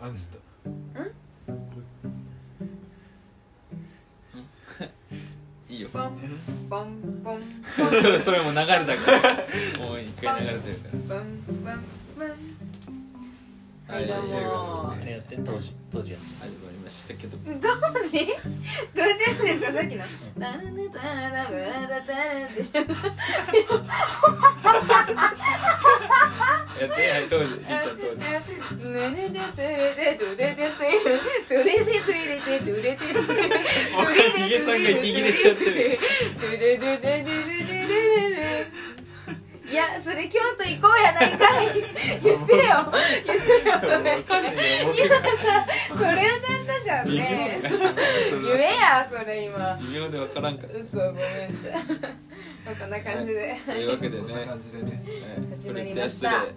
Angst. Mm. いいよ ポンポンポンポンそれそれもう流れたからもう一回流れてるポかンポンポンらはいどうあもあれやって当時当時やっ始まりましたけどどうしどうやってやるんですかさっきの「ダンダダダダダダン」でしょやってはい当時りーちゃん当時いやそれ京都行こうやないかい言ってよ言ってよそれわかんないよもう今 さそれ歌ったじゃんね言えやそれ今微妙でわからんか嘘ごめんじゃあこんな感じでというわけでこんなね感じでね。はい始まりましたプレキャストで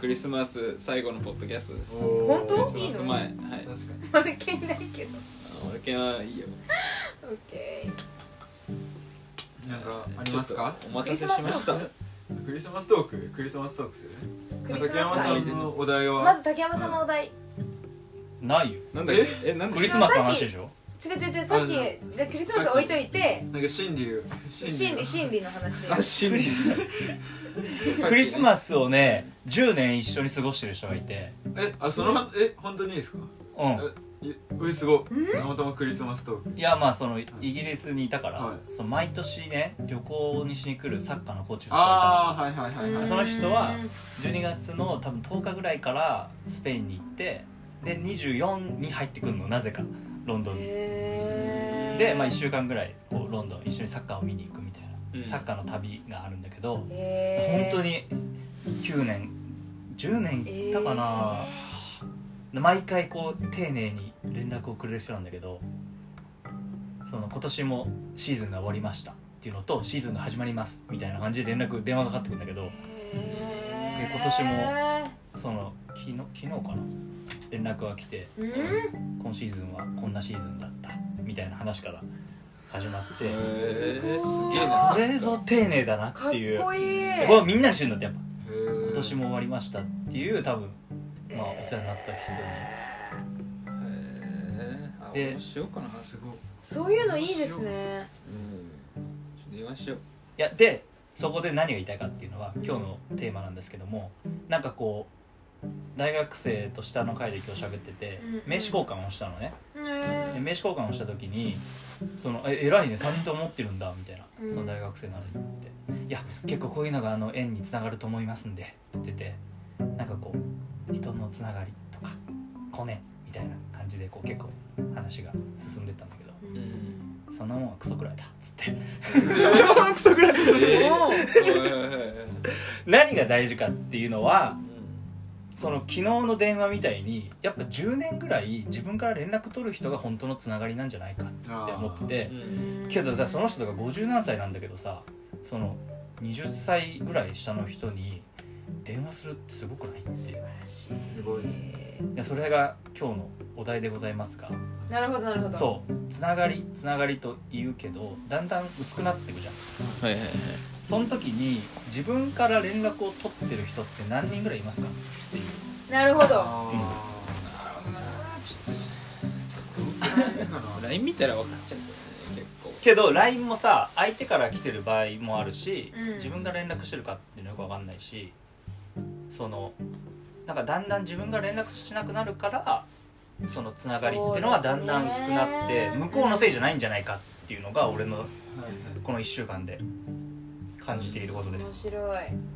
クリスマス最後のポッドキャストですク本当リ確スかマス前はいに。俺気ないけどあ俺系はいいよ OK なんかありますかちょっとお待たせしましたクリスマストークリスマストーク、クリスクリマストークする。ス竹山マスさはんのお題は。まず竹山さんのお題たないよなんだっけえなんだっけクリスマスの話でしょ違う違う違うさっきじゃあクリスマス置いといてなんか心理を。心理心理の話あ心理クリスマスをね10年一緒に過ごしてる人がいてえ、あ、その、え、本当にいいですか。うんえ、うえ、すごい。たまたまクリスマストーク。いやまあそのイギリスにいたから、はいその毎年ね旅行にしに来るサッカーのコーチがさああ、はいはいはいはうんい。その人はれたの12月の多分10日ぐらいからスペインに行ってで24に入ってくるのなぜかロンドンにへーで、まあ、1週間ぐらいこうロンドン一緒にサッカーを見に行くみたいな、うんサッカーの旅があるんだけど、へー本当に9年10年行ったかな、毎回こう丁寧に連絡をくれる人なんだけどその今年もシーズンが終わりましたっていうのとシーズンが始まりますみたいな感じで連絡電話がかかってくるんだけどへーで今年もその昨日昨日かな連絡が来てうん今シーズンはこんなシーズンだったみたいな話から始まってえー、すすごいげえなそれぞ丁寧だなかっっていうこいいでこれはみんなにしてるんだってやっぱ今今年も。も終わりましたっていう多分まあえーお世話になった人にえー、あで俺もしようかなすごい。そういうのいいですねうんちょっと電話しよういやでそこで何が言いたいかっていうのは今日のテーマなんですけどもなんかこう大学生と下の階で今日喋っててうんうん名刺交換をしたのねへでー名刺交換をした時にそのえ偉いね3人とも持ってるんだみたいなうんその大学生なのにって「いや結構こういうのがあの縁につながると思いますんで」って言っててなんかこう人のつながりとかコネみたいな感じでこう結構話が進んでったんだけどうん「そんなもんはクソくらいだ」っつって えおうー、何が大事かっていうのはうんその昨日の電話みたいにやっぱ10年ぐらい自分から連絡取る人が本当のつながりなんじゃないかって思っててうんけどさその人が50何歳なんだけどさその20歳ぐらい下の人に電話するってすごくないって素い晴うらしすごいですね。いいやそれが今日のお題でございますがなるほどなるほどそうつながりつながりと言うけどだんだん薄くなっていくじゃんはいはいはいその時に自分から連絡を取ってる人って何人ぐらいいますかっていうなるほどあちょっーいいかなと LINE 見たら分かっちゃうんだよね結構けど LINE もさ相手から来てる場合もあるし、うん自分が連絡してるかっていうのよく分かんないしそのなんかだんだん自分が連絡しなくなるからそのつながりってのはだんだん薄くなっそうて、ですね向こうのせいじゃないんじゃないかっていうのが俺のはいはいこの1週間で感じている ことで面す、白いうん、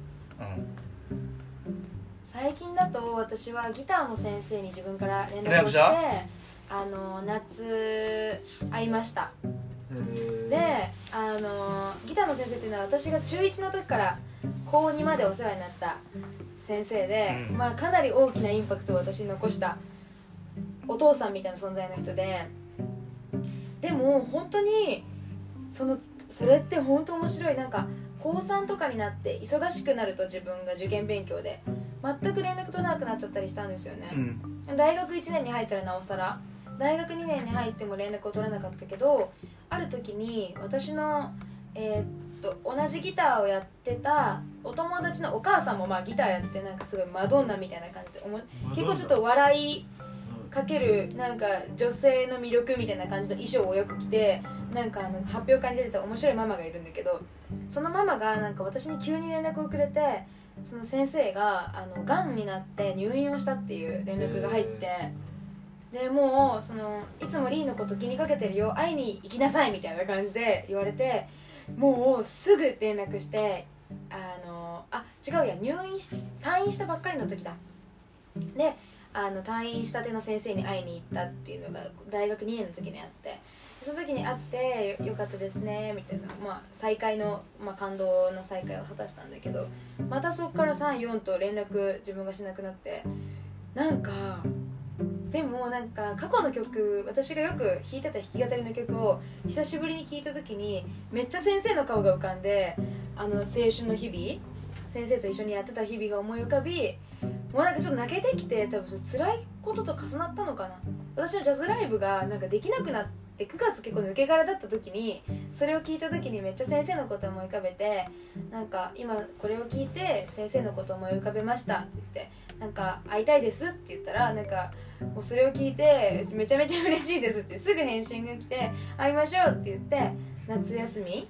最近だと私はギターの先生に自分から連連絡絡をししてたあの夏会いましたへーであのギターの先生っていうのは私が中1の時から高2までお世話になった先生で、うんまあ、かなり大きなインパクトを私に残したお父さんみたいな存在の人ででも本当にそのそれって本当面白いなんか高3とかになって忙しくなると自分が受験勉強で全く連絡取らなくなっちゃったりしたんですよね、うん大学1年に入ったらなおさら大学2年に入っても連絡を取らなかったけどある時に私の、えーっと同じギターをやってたお友達のお母さんもまあギターやってなんかすごいマドンナみたいな感じでおも結構ちょっと笑いかけるなんか女性の魅力みたいな感じの衣装をよく着てなんかあの発表会に出てた面白いママがいるんだけどそのママがなんか私に急に連絡をくれてその先生があのがんになって入院をしたっていう連絡が入ってでもうそのいつもリーのこと気にかけてるよ会いに行きなさいみたいな感じで言われてもうすぐ連絡してあのあ違うや入院し退院したばっかりの時だであの退院したての先生に会いに行ったっていうのが大学2年の時にあってその時に会って「よよかったですね」みたいな、まあ、再会の、まあ、感動の再会を果たしたんだけどまたそこから34と連絡自分がしなくなってなんかでもなんか過去の曲私がよく弾いてた弾き語りの曲を久しぶりに聴いた時にめっちゃ先生の顔が浮かんであの青春の日々先生と一緒にやってた日々が思い浮かびもうなんかちょっと泣けてきて多分その辛いことと重なったのかな私のジャズライブがなんかできなくなって9月結構抜け殻だった時にそれを聞いた時にめっちゃ先生のことを思い浮かべてなんか今これを聞いて先生のことを思い浮かべましたって言ってなんか会いたいですって言ったらなんかもうそれを聞いてめちゃめちゃ嬉しいですってすぐ返信が来て会いましょうって言って夏休み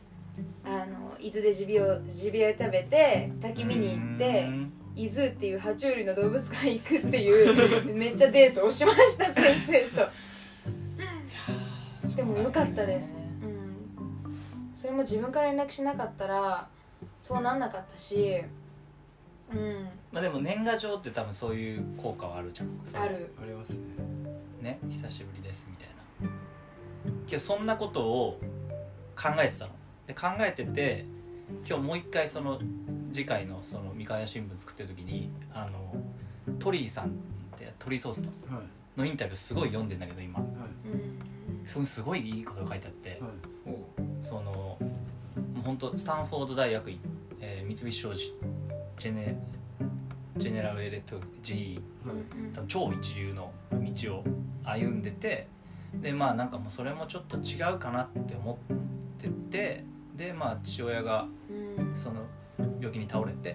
あの伊豆でジビオジビエ食べて滝見に行って。うん伊豆っていう爬虫類の動物館行くっていうめっちゃデートをしました先生と、でも良かったですうん、それも自分から連絡しなかったらそうなんなかったしうんまあでも年賀状って多分そういう効果はあるじゃんそうあるありますねね久しぶりですみたいな今日そんなことを考えてたので考えてて今日もう一回その次回のその三河屋新聞作ってる時にあのトリーさんってトリーソースのはいのインタビューすごい読んでんだけど今はいうんそのすごいいいことが書いてあってはそのもう本当スタンフォード大学、えー三菱商事ジェネジェネラルエレクトリック GE いはいうん多分超一流の道を歩んでてでまあなんかもうそれもちょっと違うかなって思っててでまあ父親がうんその病気に倒れては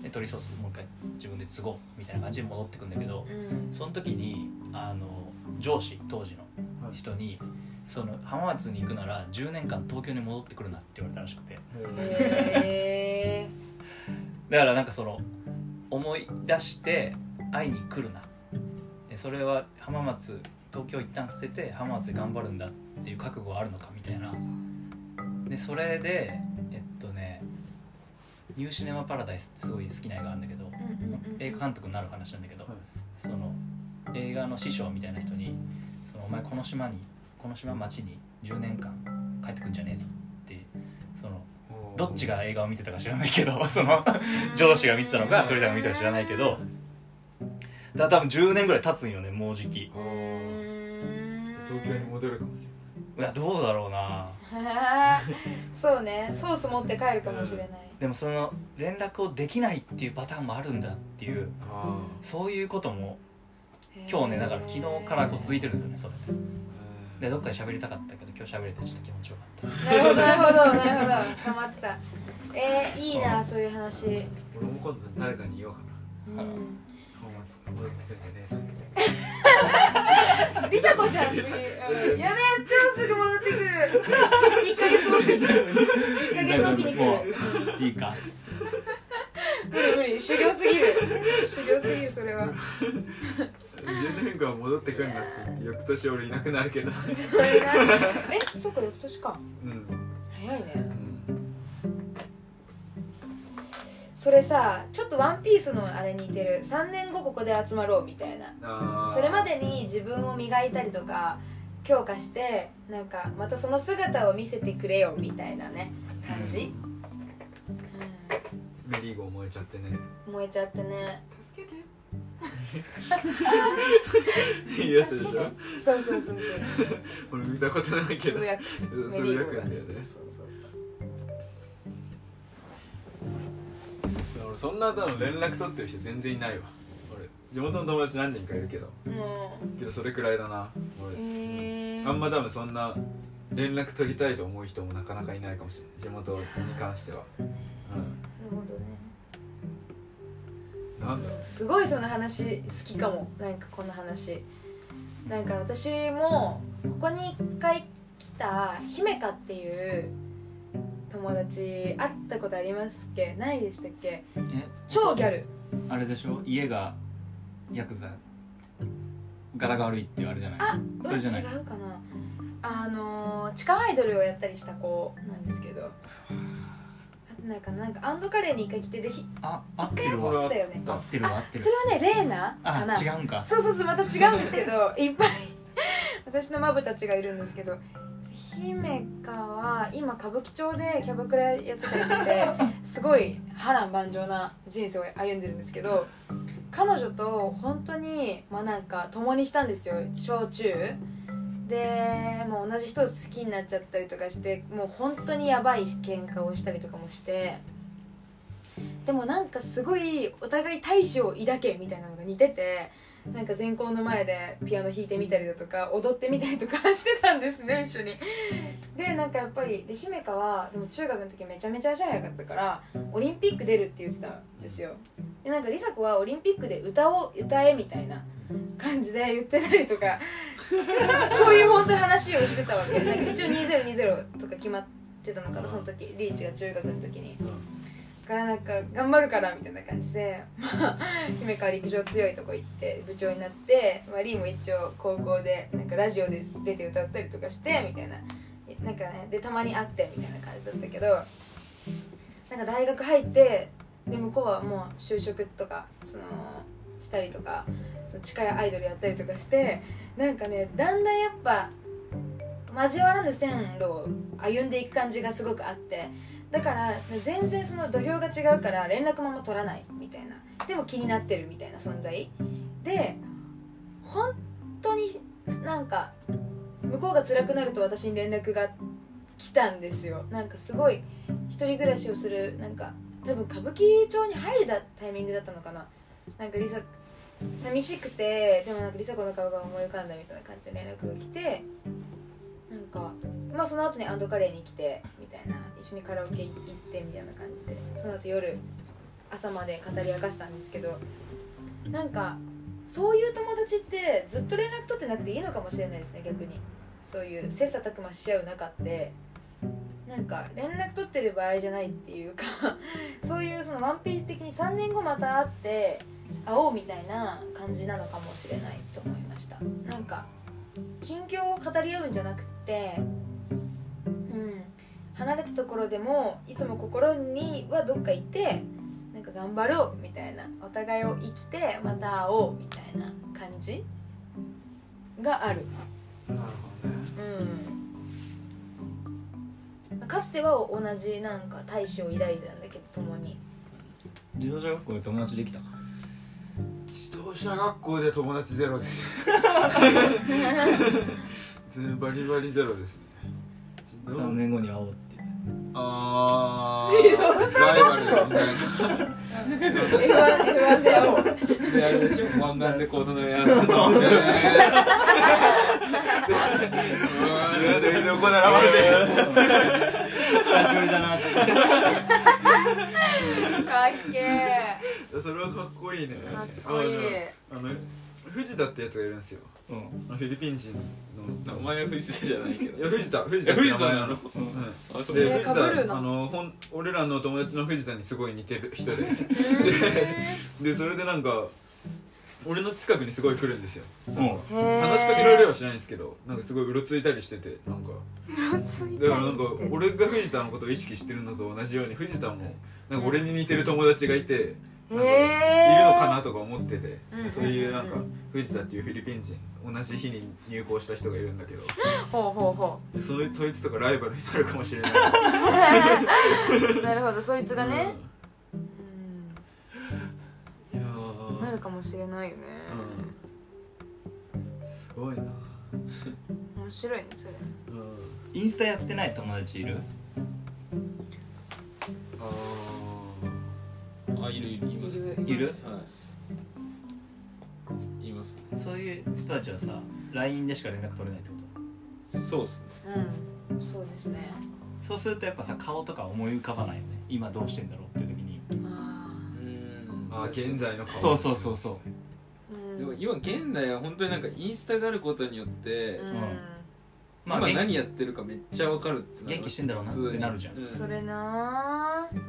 いでトリソースもう一回自分で継ごうみたいな感じに戻ってくんだけどうんその時にあの上司当時のはい人にその浜松に行くなら10年間東京に戻ってくるなって言われたらしくてへえだからなんかその思い出して会いに来るなでそれは浜松東京一旦捨てて浜松で頑張るんだっていう覚悟はあるのかみたいなでそれでえっとね「ニューシネマ・パラダイス」ってすごい好きな映画あるんだけど映画監督になる話なんだけど、はいその映画の師匠みたいな人に「そのお前この島にこの島町に10年間帰ってくんじゃねえぞ」ってそのどっちが映画を見てたか知らないけど その上司が見てたのか鳥さんが見てたのか知らないけどだから多分10年ぐらい経つんよねもうじきいおー東京に戻るかもしやどうだろうなそうねソース持って帰るかもしれないでもその連絡をできないっていうパターンもあるんだっていうれないあそういうことも今日ねだから昨日からこう続いてるんですよねそれあでどっかで喋りたかったけど今日喋れてちょっと気持ちよかったなるほどなるほどなるほどハマったえー、いいなそういう話、うん、俺も今度誰かに言おうかな浜松から戻ってくんじゃねえぞりさこちゃん次、うん、やべえ超すぐ戻ってくる一ヶ月おきに一ヶ月おきに来るいいかっつって無理無理修行すぎる修行すぎるそれ は10年間戻ってくんだって言って翌年俺いなくなるけどそれがえそうか翌年かうん早いねうんそれさちょっと「ワンピースのあれに似てる3年後ここで集まろうみたいなあーそれまでに自分を磨いたりとか強化してなんかまたその姿を見せてくれよみたいなね感じ、メリーゴー燃えちゃってねうん、燃えちゃってね助けていいやつでし助けょてそうそうそうそう俺見たことないけつどぶやくうんメそリれーよゴくーやがるねよねそうそうそう俺そんな多分連絡取ってる人全然いないわ俺地元の友達何人かいるけどもけどそれくらいだなう俺えー、あんま多分そんな連絡取りたいと思う人もなかなかいないかもしれない地元に関してはうなるほどねんなんだろすごいその話好きかもなんかこの話なんか私もここに1回来た姫香っていう友達会ったことありますっけないでしたっけえ超ギャルあれでしょ家がヤクザ柄が悪いってあるじゃないあそれじゃない違うかなあのー地下アイドルをやったりした子なんですけどあとなんかなんかアンドカレーに一回来てでひあ合ってるわだよね合ってるわ合ってるそれはねレーナかあな違うんかそうそうそうまた違うんですけどいっぱい私のマブたちがいるんですけど姫香は今歌舞伎町でキャバクラやってたりしてすごい波乱万丈な人生を歩んでるんですけど彼女と本当にまあなんか共にしたんですよ小中でもう同じ人を好きになっちゃったりとかしてもう本当にやばい喧嘩をしたりとかもしてでもなんかすごいお互い大志を抱けみたいなのが似ててなんか全校の前でピアノ弾いてみたりだとか踊ってみたりとかしてたんですね一緒にでなんかやっぱりで姫香はでも中学の時めちゃめちゃ足早かったからオリンピック出るって言ってたんですよでなんか梨紗子はオリンピックで歌を歌えみたいな感じで言ってたりと かそういう本当に話をしてたわけなんか一応2020とか決まってたのかなその時リーチが中学の時にだからなんか頑張るからみたいな感じで、まあ、姫川陸上強いとこ行って部長になって、まあ、リーも一応高校でなんかラジオで出て歌ったりとかしてみたいななんかねでたまに会ってみたいな感じだったけどなんか大学入ってで向こうはもう就職とかそのしたりとかその地下アイドルやったりとかしてなんかねだんだんやっぱ交わらぬ線路を歩んでいく感じがすごくあってだから全然その土俵が違うから連絡もあんま取らないみたいなでも気になってるみたいな存在で本当になんか向こうが辛くなると私に連絡が来たんですよなんかすごい一人暮らしをするなんか多分歌舞伎町に入るだタイミングだったのかななんかリサ寂しくてでもなんか梨紗子の顔が思い浮かんだみたいな感じで連絡が来てなんかまあその後にアンドカレーに来てみたいな一緒にカラオケ行ってみたいな感じでその後夜朝まで語り明かしたんですけどなんかそういう友達ってずっと連絡取ってなくていいのかもしれないですね逆にそういう切磋琢磨し合う中ってなんか連絡取ってる場合じゃないっていうか そういうそのワンピース的に3年後また会って会おうみたいな感じなのかもしれないと思いましたなんか近況を語り合うんじゃなくってうん離れたところでもいつも心にはどっかいてなんか頑張ろうみたいなお互いを生きてまた会おうみたいな感じがあるなるほどねうんかつては同じなんか大志を抱いてたんだけど共に自動車学校で友達できた自動車学校で友達ゼロです 全然バリバリゼロですね自動3年後に会おうってあ自動車ライバルみ たいな不安不安だ よであれでしょ湾岸でこうとどめ合うの面白いねうわ全然横並ばれてる久しぶりだなってかっけえそれはかっこいいねかっこいいあのあの藤田ってやつがいるんですようんフィリピン人の名前は藤田じゃないけいどや藤田藤田って藤名田前なうのんあそうでえー藤被る田なあのほん俺らの友達の藤田にすごい似てる人ででそれでなんか俺の近くにすごい来るんですよも話しかけられはししないんですけどなんかすごいうろついたりしててなんかついただからなりんかしてる俺が藤田のことを意識してるのと同じように藤田もなんか俺に似てる友達がいてなんかいるのかなとか思っててうんうんうんそういうなんか藤田っていうフィリピン人同じ日に入校した人がいるんだけどほうほうほでそいそいつとかライバルになるかもしれない うなるほどそいつがね、うんうんいやなーるかもしれないよね、すごいな面白いねそれうんうインスタやってない友達いるああいるいるいますいるいるはいいますそういう人たちはさ LINE でしか連絡取れないってことそうですねうんそうですねそうするとやっぱさ顔とか思い浮かばないよね今どうしてんだろうっていう時にあうんーあー現在の顔そうそうそうそうーうんでも今現代は本当になんかインスタがあることによって、うんまあ今元何気やってるかめっちゃわかるってなる元気してんだろうなって普通になるじゃんうそれなー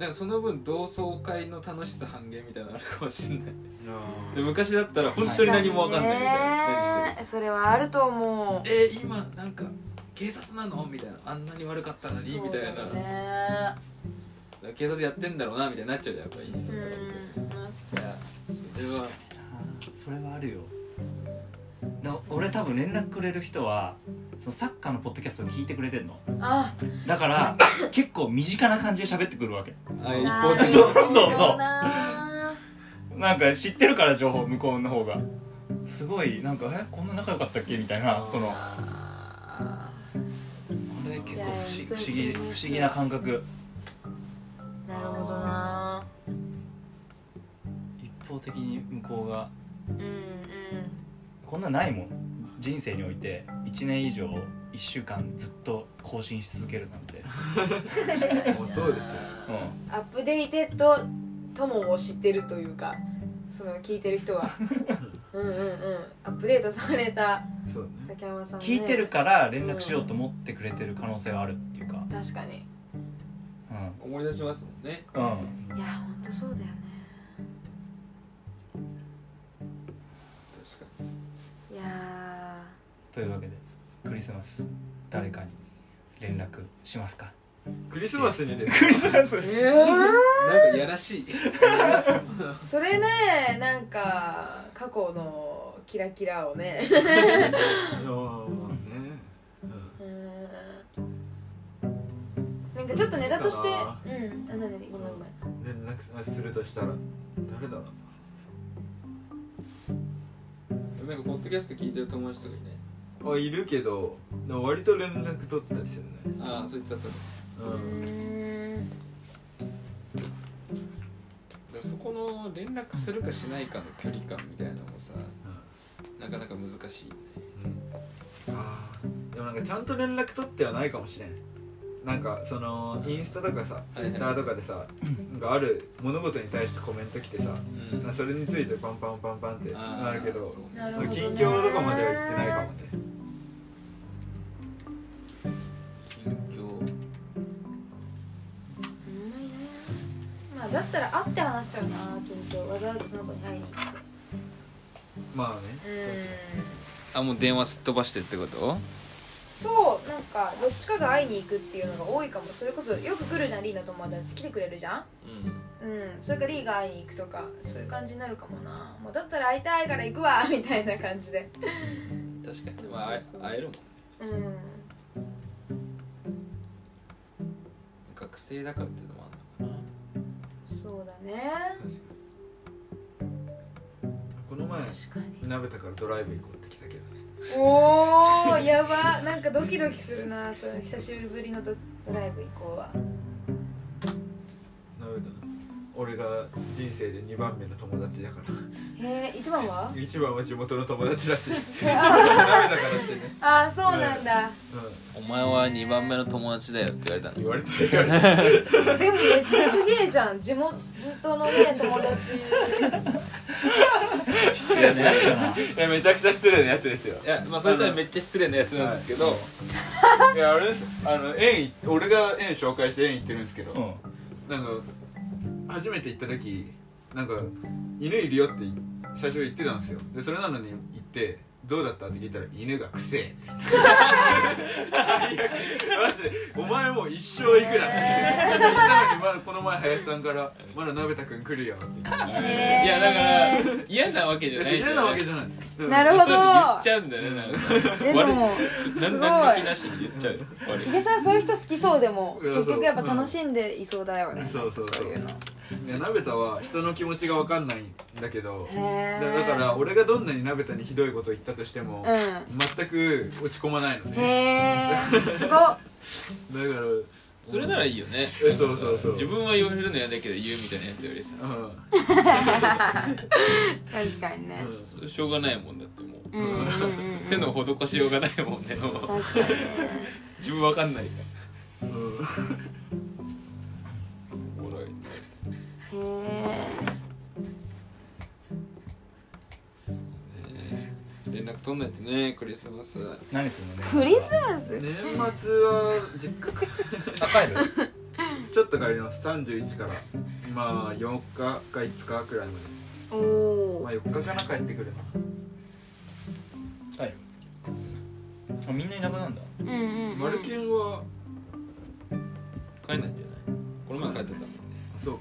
なんかその分同窓会の楽しさ半減みたいなのあるかもしれないあで昔だったら本当に何もわかんないみたいな、何してねそれはあると思うるえー、今なんか警察なのみたいなあんなに悪かったのにみたそういな、だね警察やってんだろうなみたいになっちゃうじゃんやっぱインスうタとか見んてじゃあそれはそれはあるよでも俺多分連絡くれる人はそのサッカーのポッドキャストを聞いてくれてんのあだから結構身近な感じで喋ってくるわけあ一な方る的ほそうど そうそうななんか知ってるから情報向こうの方がすごいなんかえこんな仲良かったっけみたいなそのああれ結い構や不思本当に不思議そ不うで思すよ議な感覚ーなるほどな一方的に向こうがうんうんこんなないもん人生において1年以上1週間ずっと更新し続けるなんて、もうそうですようアップデーテッド友を知ってるというかその聞いてる 人はうんうんうんアップデートされたそう竹山さん、ん、ね、聞いてるから連絡しようと思ってくれてる可能性はあるっていうか確かにいうん思い出しますもんねうんや本当そうだよね確かにいやというわけでクリスマス誰かに連絡しますかクリスマスにですクリスマスーえなんかやらしいー、それねなんか過去のキラキラをねああねうんなんかちょっとネタとしてどうかうんあなにごめんごめん連絡するとしたら誰だろうなんかポッドキャスト聞いてる友達とかにねあいるけどでも割と連絡取ったりするねああそう言ってたと思ううんーんうでもそこの連絡するかしないかの距離感みたいなのもさなかなか難しいうんあーでもなんかちゃんと連絡取ってはないかもしれんなんかそのインスタとかさいツはイいッターとかでさなんかある物事に対してコメント来てさうんそれについてパンパンパンパンってあーなるけどそうなるほどね近況とかまでは言ってないかもね近況うんいないなまあだったら会って話しちゃうな近況わざわざその子に会いに行ってまあねそううんあもう電話すっ飛ばしてってことそうなんかどっちかが会いに行くっていうのが多いかもそれこそよく来るじゃんリーの友達来てくれるじゃんうんうんそれからリーが会いに行くとかそういう感じになるかもなもうだったら会いたいから行くわみたいな感じで確そかうそうそうにまあ会え会えるもんうん学生だからっていうのもあるのかそうだねそう確かにこの前確かに鍋田からドライブ行こうって来たけどねおーやばなんかドキドキするなその久しぶりのドドライブ行こうは鍋田俺が人生で2番目の友達だ からえー、一番は1番は地元の友達らしい鍋田からしてね、ああそうなんだ、うなお前は2番目の友達だよって言われたん、言のわれた言われ たでもめっちゃすげえじゃん地元のね友達失礼なやつだなめちゃくちゃ失礼なやつですよいやまあそれとはめっちゃ失礼なやつなんですけど、いやあれですあの園い俺が園紹介して園行ってるんですけど、うんなんか初めて行った時なんか犬いるよって最初言ってたんですよでそれなのに行ってどうだったって聞いたら犬がくせ え最悪マジでお前もう一生行くな、えだって言ったのに、まあ、この前林さんから「まだ鍋田君来るよ」って言ってえーいやだから嫌なわけじゃ別ないにんだ嫌よなわけじゃないなるほどそうやって言っちゃうんだよねなんかえでもなすんご何の気ないしに言っちゃ うよ俺ヒゲさんそういう人好きそうでもいや結局やっぱそう楽しんでいそうだよねそうそうそういうのいや鍋田は人の気持ちが分かんないんだけどへだえだから俺がどんなに鍋田にひどいことを言ったとしても、う全く落ち込まないのへねえすごっだからそれならいいよねえそうそうそう自分は言われるの嫌だけど言うみたいなやつよりさう確かにねんしょうがないもんだってもうんうんうんうんう手の施しようがないもん ねもう確かにね自分わかんないかうんらおもろいへえとめてねクリスマス何するのねクリスマス年末は実家かあ帰る ちょっと帰ります31からまあ4日か5日くらいまおでまおあ4日かな帰ってくる帰るあみんないなくなるんだうんうん、うん、マルケンは帰んないんじゃないこの前帰ってたもんねそうか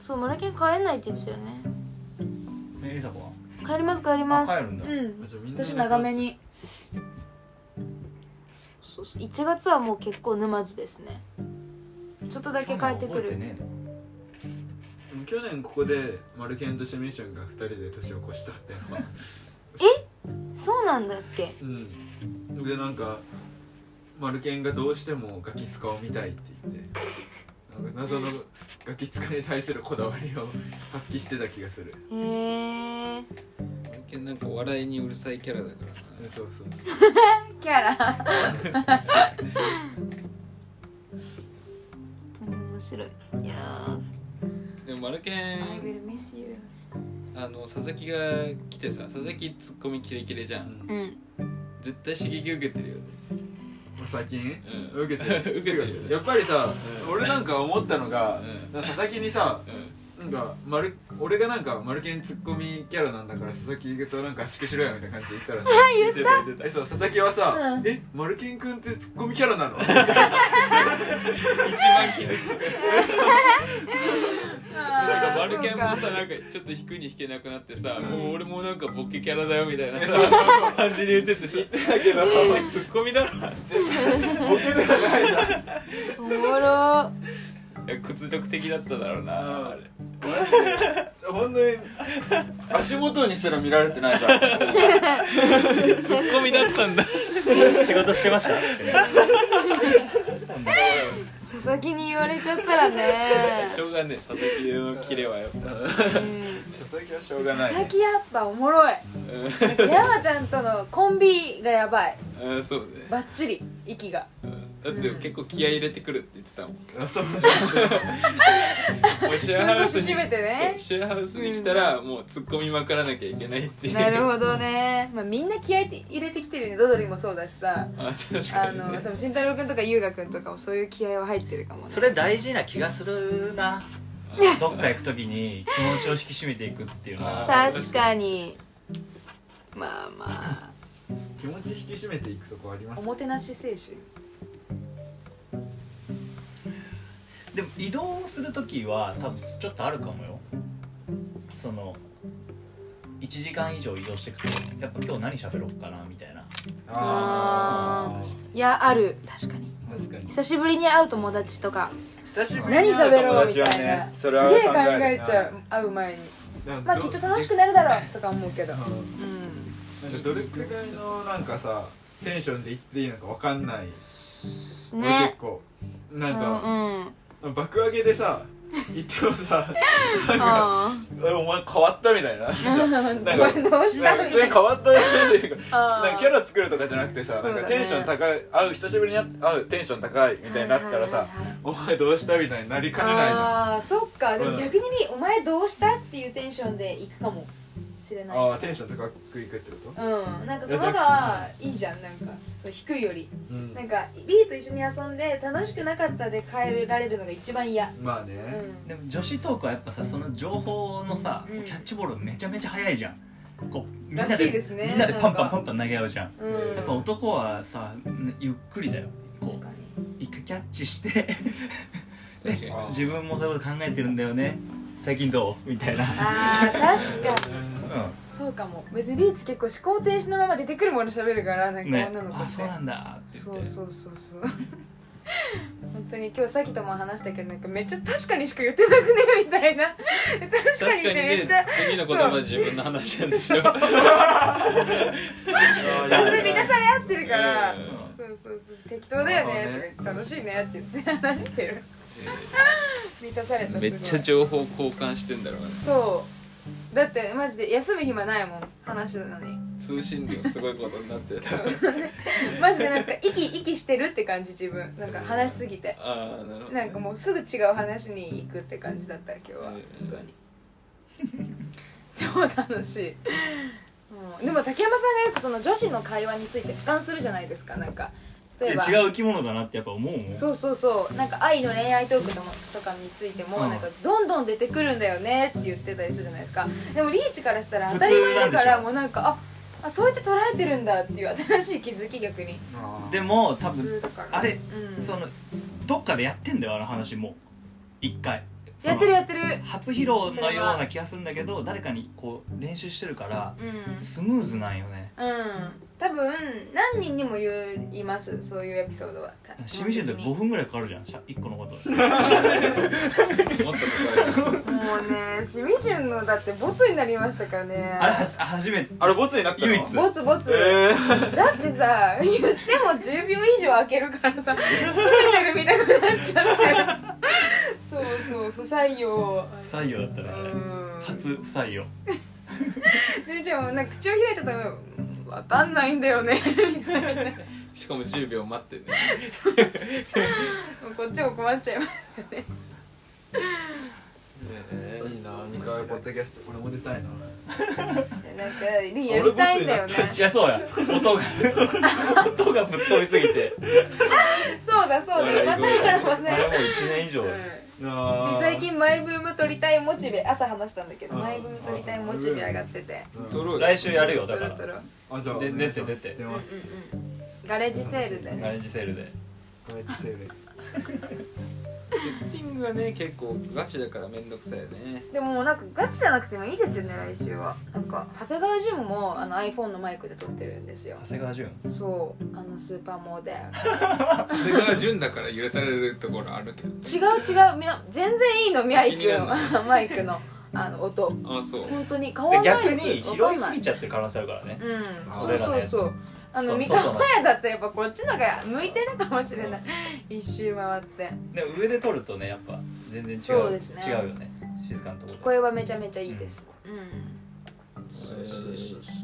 そうマラケン帰んないって言ってたよねえりさこは帰ります帰りますあ帰るんだうんじゃあみんな私長めにそうそう1月はもう結構沼地ですねちょっとだけ帰ってくるそんなの覚えてねえのでも去年ここでマルケンとシミュレーションが2人で年を越したっていうのはそうなんだっけうんでなんかマルケンがどうしてもガキ使を見たいって言ってなんか謎のガキ使に対するこだわりを発揮してた気がするへえマルケンなんかお笑いにうるさいキャラだからなそうそうキャラ本当に面白いいやーでもマルケン I will miss you あの佐々木が来てさ佐々木ツッコミキレキレじゃん、うんうん絶対刺激受けてるよねまあ最近、うん受けてる 受けてるよねやっぱりさ、うん俺なんか思ったのが、うんなんか佐々木にさうなんか丸俺がなんか丸犬ツッコミキャラなんだから佐々木となんか圧縮しろよみたいな感じで言ったらさ言ってた言ってえそう佐々木はさ「うんえ丸犬くんってツッコミキャラなの?」 た一番傷つくなんかあマールケンそうもかさなんかちょっと引くに引けなくなってさ、うんもう俺もなんかボケキャラだよみたいなさそうそう感じで言っててさ言ってたけどお前ツッコミだろボケではないじゃんおもろいや屈辱的だっただろううんなあれ本当に足元にすら見られてないから ツッコミだったんだ仕事してました佐々木に言われちゃったらねしょうがねえ佐々木のキレはやっぱうん佐々木はしょうがな佐い々木やっぱおもろい山ちゃんとのコンビがやばいうんそうね、バッチリ息 がうんだって結構気合い入れてくるって言ってたもんあそうもうシェアハウスにそれこそ締めてねそうシェアハウスに来たらもうツッコミまからなきゃいけないっていうなるほどね、まあ、みんな気合い入れてきてるよねドドリもそうだしさあ確かあにのね多分慎太郎君とか優く君とかもそういう気合いは入ってるかもねそれ大事な気がするなどっか行く時に気持ちを引き締めていくっていうのはあー確かにまあまあ気持ち引き締めていくとこありますおもてなし精神でも移動する時は多分ちょっとあるかもよその1時間以上移動してくとやっぱ今日何喋ろうかなみたいなあーいやある確かに確かに久しぶりに会う友達とか久しぶり何に会喋うろ友うみ達たはいな、ねすそげれはえ考えるちゃう会う前になんかまあどきっと楽しくなるだろうとか思うけどうんうんなんかどれくらいのなんかさテンションで言っていいのかわかんない俺結ね構なうんんかうん爆上げでさ言ってもさ「なんかあえお前変わった」みたいななんおか前どうしたなんみたいか普通なに変わったっていうかあーなんかキャラ作るとかじゃなくてさ、そうなだねんかテンション高い会う久しぶりに会うテンション高いみたいになったらさ、はいはいはいはいお前どうしたみたいになりかねないじゃんああーそっかでも逆にお前どうしたっていうテンションで行くかもしれないあーテンション高くいくってことうんなんかその方がいいじゃんなんかそう低いよりうんなんかリーと一緒に遊んで楽しくなかったで帰られるのが一番嫌まあうね、んでも女子トークはやっぱさその情報のさ、うんキャッチボールめちゃめちゃ早いじゃんこうみんならしいでですねみんなでパなんンパンかパンパン投げ合うじゃんうんややっぱ男はさゆっくりだよこ確かにう一回キャッチして確かにあ 自分もそういうこと考えてるんだよね最近どうみたいなあー確かにうそうかも別にリーチ結構思考停止のまま出てくるもの喋るからなんんかね女の子あって、そうなんだってそ言っうてそうそうそう 本当に今日さっきとも話したけどなんかめっちゃ確かにしか言ってなくねみたいな確確かかににねめっねちゃ次の言葉は自分の話なんでしょうそれであーみんなそれ合ってるからうんそうそうそう適当だよなるほどねねとか楽しいねって言って話して る満たされたすごめいっちゃ情報交換してんだろうなそうだってマジで休む暇ないもん話してたのに通信料すごいことに なってたマジでなんか息息してるって感じ自分なんか話しすぎてああなるほどなんかもうすぐ違う話に行くって 感じだった今日はうん本当に超楽しいうんでも竹山さんがよくその女子の会話について俯瞰するじゃないですかなんか例えば違う生き物だなってやっぱ思うもんそうそうそうなんか愛の恋愛トークともとかについても、うんなんかどんどん出てくるんだよねって言ってたりするじゃないですかでもリーチからしたら普当た通り前だかなんでしらょもうなんかああそうやって捉えてるんだっていう新しい気づき逆にでも多普分通だからあれ、うん、そのどっかでやってんだよあの話も一回そのやってるやってる初披露のような気がするんだけど誰かにこう練習してるからうんスムーズなんよねうん多分何人にも言いますそういうエピソードはしみじみと5も分ぐらいかかるじゃんしゃ一個のこともっと答えうねしみじゅんのだってボツになりましたからねあれは初めてあれボツになったの唯一ボツボツ、えーだってさ言っても10秒以上開けるからさ詰めてるみたくなっちゃってそうそう不採用不採用だったねあれうん初不採用でじゃあなんか口を開いたためわかんないんだよねみたいなもたしかも10秒待ってねうこっちも困っちゃいますえーいいな2回ポッドキャスト俺も出たいななんかやりたいんだよねいやそうや 音が音がぶっ飛びすぎてそうだそうだまたやろうあねれもう1年以上うんあでー最近マイブーム取りたいモチベ朝話したんだけどうんマイブーム取りたいモチベ上がっててうん撮ろうよ来週やるよトだかロらトロあじゃあでお願いします出て出て出うんうんますうんガレージセールでガねレージセールでこれセールセッティングがね結構ガチだからめんどくさいよねでもなんかガチじゃなくてもいいですよね来週はなんか長谷川純もあの iPhone のマイクで撮ってるんですよ長谷川潤そうあのスーパーモデルそれから純だから許されるところあるけど違う違うみな全然いいのミャイ気にならクのマイクのあの音あそう本当に変わんない逆ですにわかん拾いなすぎちゃってる可能性あるからねうんそ俺うらのそうやつそうあそのう三そうそう河屋だとやっぱこっちのが向いてるかもしれない一周回ってでも上で撮るとねやっぱ全然違うそうですね違うよね静かなところ声はめちゃめちゃいいですうんそうそうそうじゃ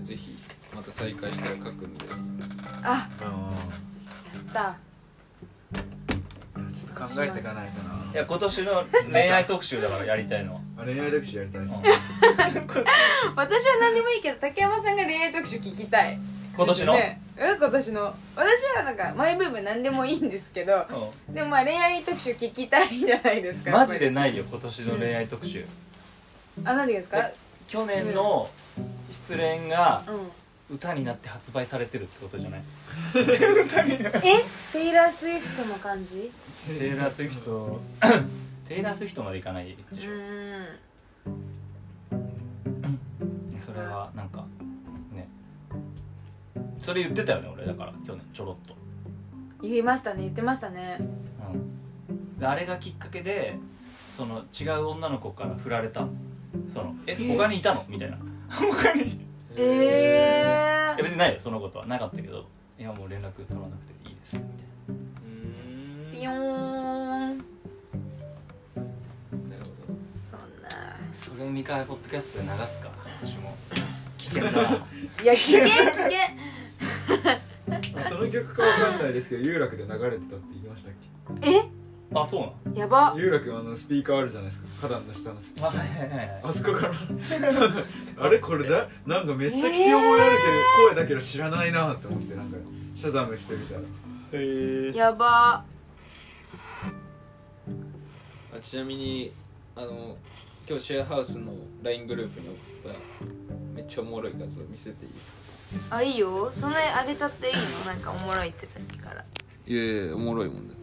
あぜひまた再開したら書くんでああだーちょっと考えていかないとでいや今年の恋愛特集だからやりたいのはな恋愛特集やりたいですうん私は何でもいいけど竹山さんが恋愛特集聞きたい今年の、ねうん今年の私はなんかマイブーム何でもいいんですけどうでもまあ恋愛特集聞きたいじゃないですんかマジでないよ今年の恋愛特集、あ何でですか去年の失恋がうん歌になって発売されてるってことじゃないえテイラー・スウィフトの感じテイラー・スウィフト テイラー・スウィフトまでいかないでしょ、うんそれはなんかねそれ言ってたよね俺だから去年ちょろっと、言いましたね言ってましたねうん、であれがきっかけでその違う女の子から振られたそのえ他にいたのみたいな他にいえや別にないよそのことはなかったけどいやもう連絡取らなくていいですみたいなーピヨーンなるほどそんなそれ2回ポッドキャストで流すか私も危険 だいや危険危険その曲かわかんないですけど有楽で流れてたって言いましたっけあそうやば有楽はあのスピーカーあるじゃないですか花壇の下のなのあはいはいはいはいあそこから あれこれだなんかめっちゃ聞き覚えられてる声だけど知らないなって思ってなんかシャザムしてみたらへえやばあちなみにあの今日シェアハウスの LINE グループに送っためっちゃおもろい画像見せていいですかあいいよそのあげちゃっていいのなんかおもろいってさっきからいやいやおもろいもんだ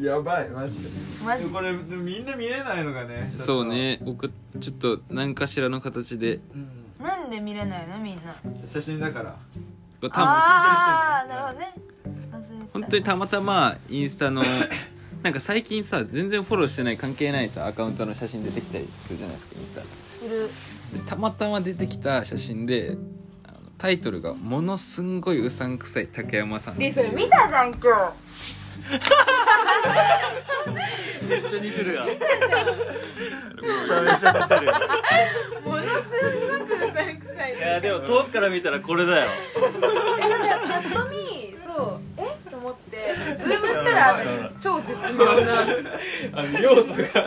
やばいマジでマジでもこれでもみんな見れないのがねそう、ね送っちょっと何かしらの形でちょっとうんなんで見れないのみんな写真だからこれ多分ああー聞いてる人ねなるほどね忘れてた本当にたまたまインスタの なんか最近さ全然フォローしてない関係ないさアカウントの写真出てきたりするじゃないですかインスタするでたまたま出てきた写真であのタイトルが「ものすんごいうさんくさい竹山さん」リーそれ見たじゃん今日めっちゃ似てるやんめっちゃめちゃ似てるものすごくうさんくさいいやで も遠くから見たらこれだよえなんかやっと見そうえと思ってズームしたらあの超絶妙なあの 要素が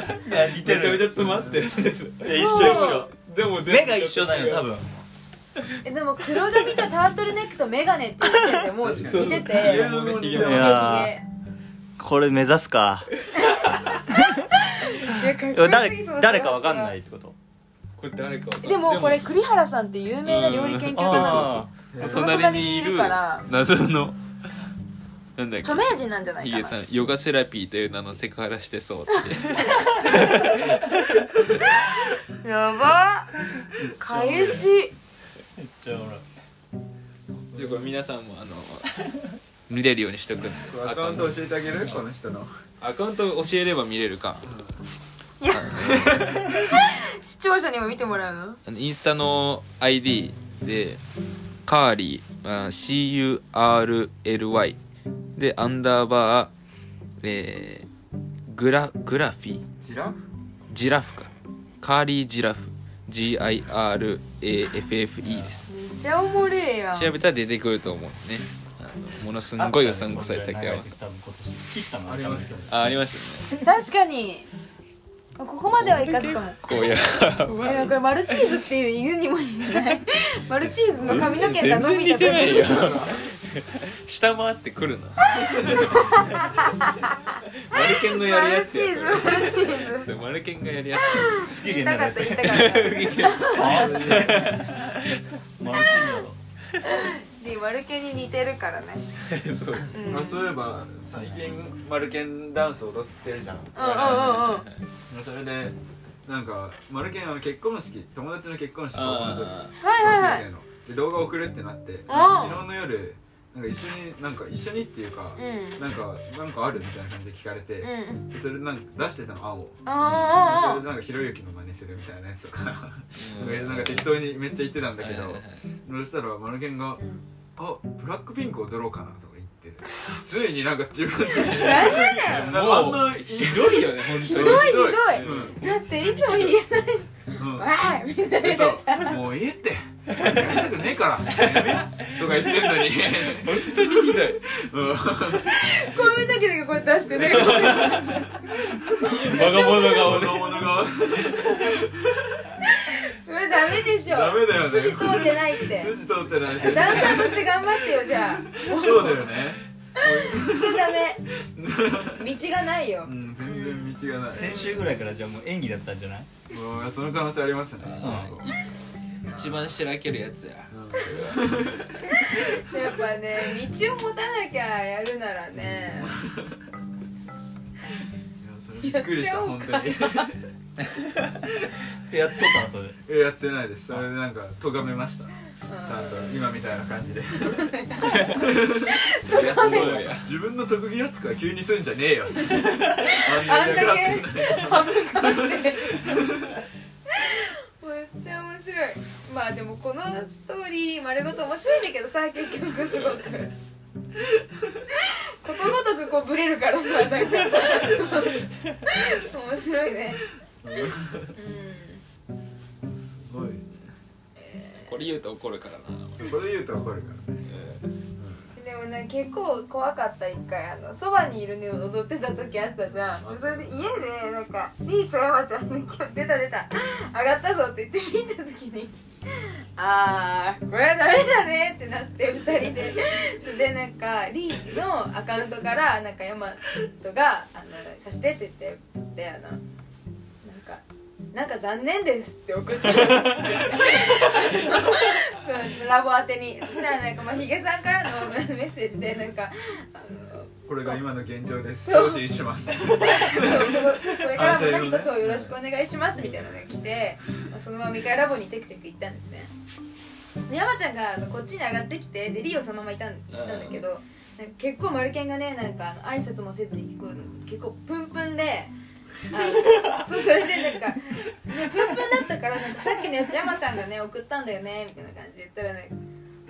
似てる詰まってるんですいや一緒一緒でも目が一緒だよ多分えでも黒髪とタートルネックとメガネって言っててもう似てていやもうねヒゲヒゲいいややこれ目指すかかっこよすぎ誰そう誰かわかんないってことこれ誰かわかんないでもこれ栗原さんって有名な料理研究家なんあでーすよその隣にいるから謎のなんだっけ著名人なんじゃないヒかゲなさんヨガセラピーという名のセクハラしてそうってやば返しめっちゃおもろい じゃあこれ皆さんもあ の見れるようにしとくアカウント教えてあげるこの人のアカウント教えれば見れるかいや視聴者にも見てもらうのあのインスタの ID でカーリーあ CURLY でアンダーバー、えーグラグラフィージラジラフかカーリージラフ GIRAFFE ですめっちゃおもれえやん調べたら出てくると思うねあのものすんごい予算こされたけど多分今年切ったのありましたねあありましたね確かにここまではいかずかもこういえうでもこれマルチーズっていう犬にも言えないマルチーズの髪の毛が伸びた全然似てない時よ下回ってくる なマルケンのやマるやルつチやーそズマれルチーズそれマルケンがやるや不言いたかった言いたかったつマルチーズだろでマルケに似てるからねそううんうんうんあそういえば最近マルケンダンス踊ってるじゃんうんうんそれでなんかマルケンあの結婚式友達の結婚式をの時あはいはいは同級生いので動画送るってなって昨日の夜なんか一緒になんか一緒にっていうか、うんなんかなんかあるみたいな感じで聞かれて、うんそれなんか出してたの青あそれーあーあでなんかひろゆきの真似するみたいなやつとかうんなんか適当にめっちゃ言ってたんだけはいどはいはいそしたらマルケンが「あブラックピンク踊ろうかな」とか言ってついになんか自分でなんかあんなひひどいよね本当にひどいひどいうんーだっていつも言えないうんわーいみたいな嘘もう家ってやりたくねえからやめとか言ってんのに本当にひどいこういう時だけこうやって出してね我が物子顔ね供の顔それダメでしょダメだよね筋通ってないって筋通ってないしダンサーとして頑張ってよじゃあそうだよねそれダメ道がないようん全然道がない先週ぐらいからじゃあもう演技だったんじゃないもうその可能性ありますねう一番しらけるやつややっぱね道を持たなきゃやるならねいやそれびっくりした本当にやっとったのそれえやってないですそれでなんか咎めましたちゃんと今みたいな感じでそりゃそうや自分の特技扱い急にすんじゃねえよああんだ役立けってハムかってめっちゃ面白いまあでもこのストーリー丸ごと面白いんだけどさ結局すごくことごとくこうブレるからさなんか面白いねうすごいこれ言うと怒るからなこれ言うと怒るからねんでもね結構怖かった一回あのそばにいるねを踊ってた時あったじゃんそれで家でなんかリーと山ちゃんに今日出た出た上がったぞって言って見た時にあーこれはダメだねってなって2人でそれでなんかリーのアカウントからなんかヤマトがあの「貸して」って言ってであのなんか「なんか残念です」って送ってそうラボ宛てにそしたらなんかまあヒゲさんからのメッセージでなんかあのこれが今の現状ですそう更新しますそうこれからも何卒よろしくお願いしますみたいなのが来て、まあそのままミカラボにテクテク行ったんですねで山ちゃんがあのこっちに上がってきてでリオそのままいたん行ったんだけど、なんか結構マルケンがねなんかあの挨拶もせずに結構結構プンプンで。あのそうそれでなんか、ね、プンプンだったからなんかさっきのやつ山ちゃんがね送ったんだよねみたいな感じで言ったらね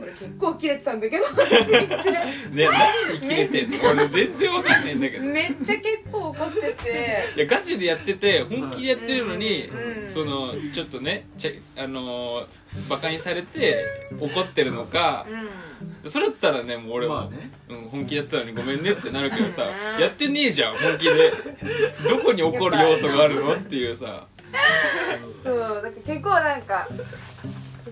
俺結構キレてたんだけどね何にキレてんの俺全然わかんないんだけどめっちゃ結構怒ってていやガチでやってて本気でやってるのに、うんそのちょっとねちゃあのー、バカにされて怒ってるのかう、んそれだったらねもう俺も、まあねうん、本気でやってたのにごめんねってなるけどさ うんやってねえじゃん本気 でどこに怒る要素があるのっていうさそうだから結構なんか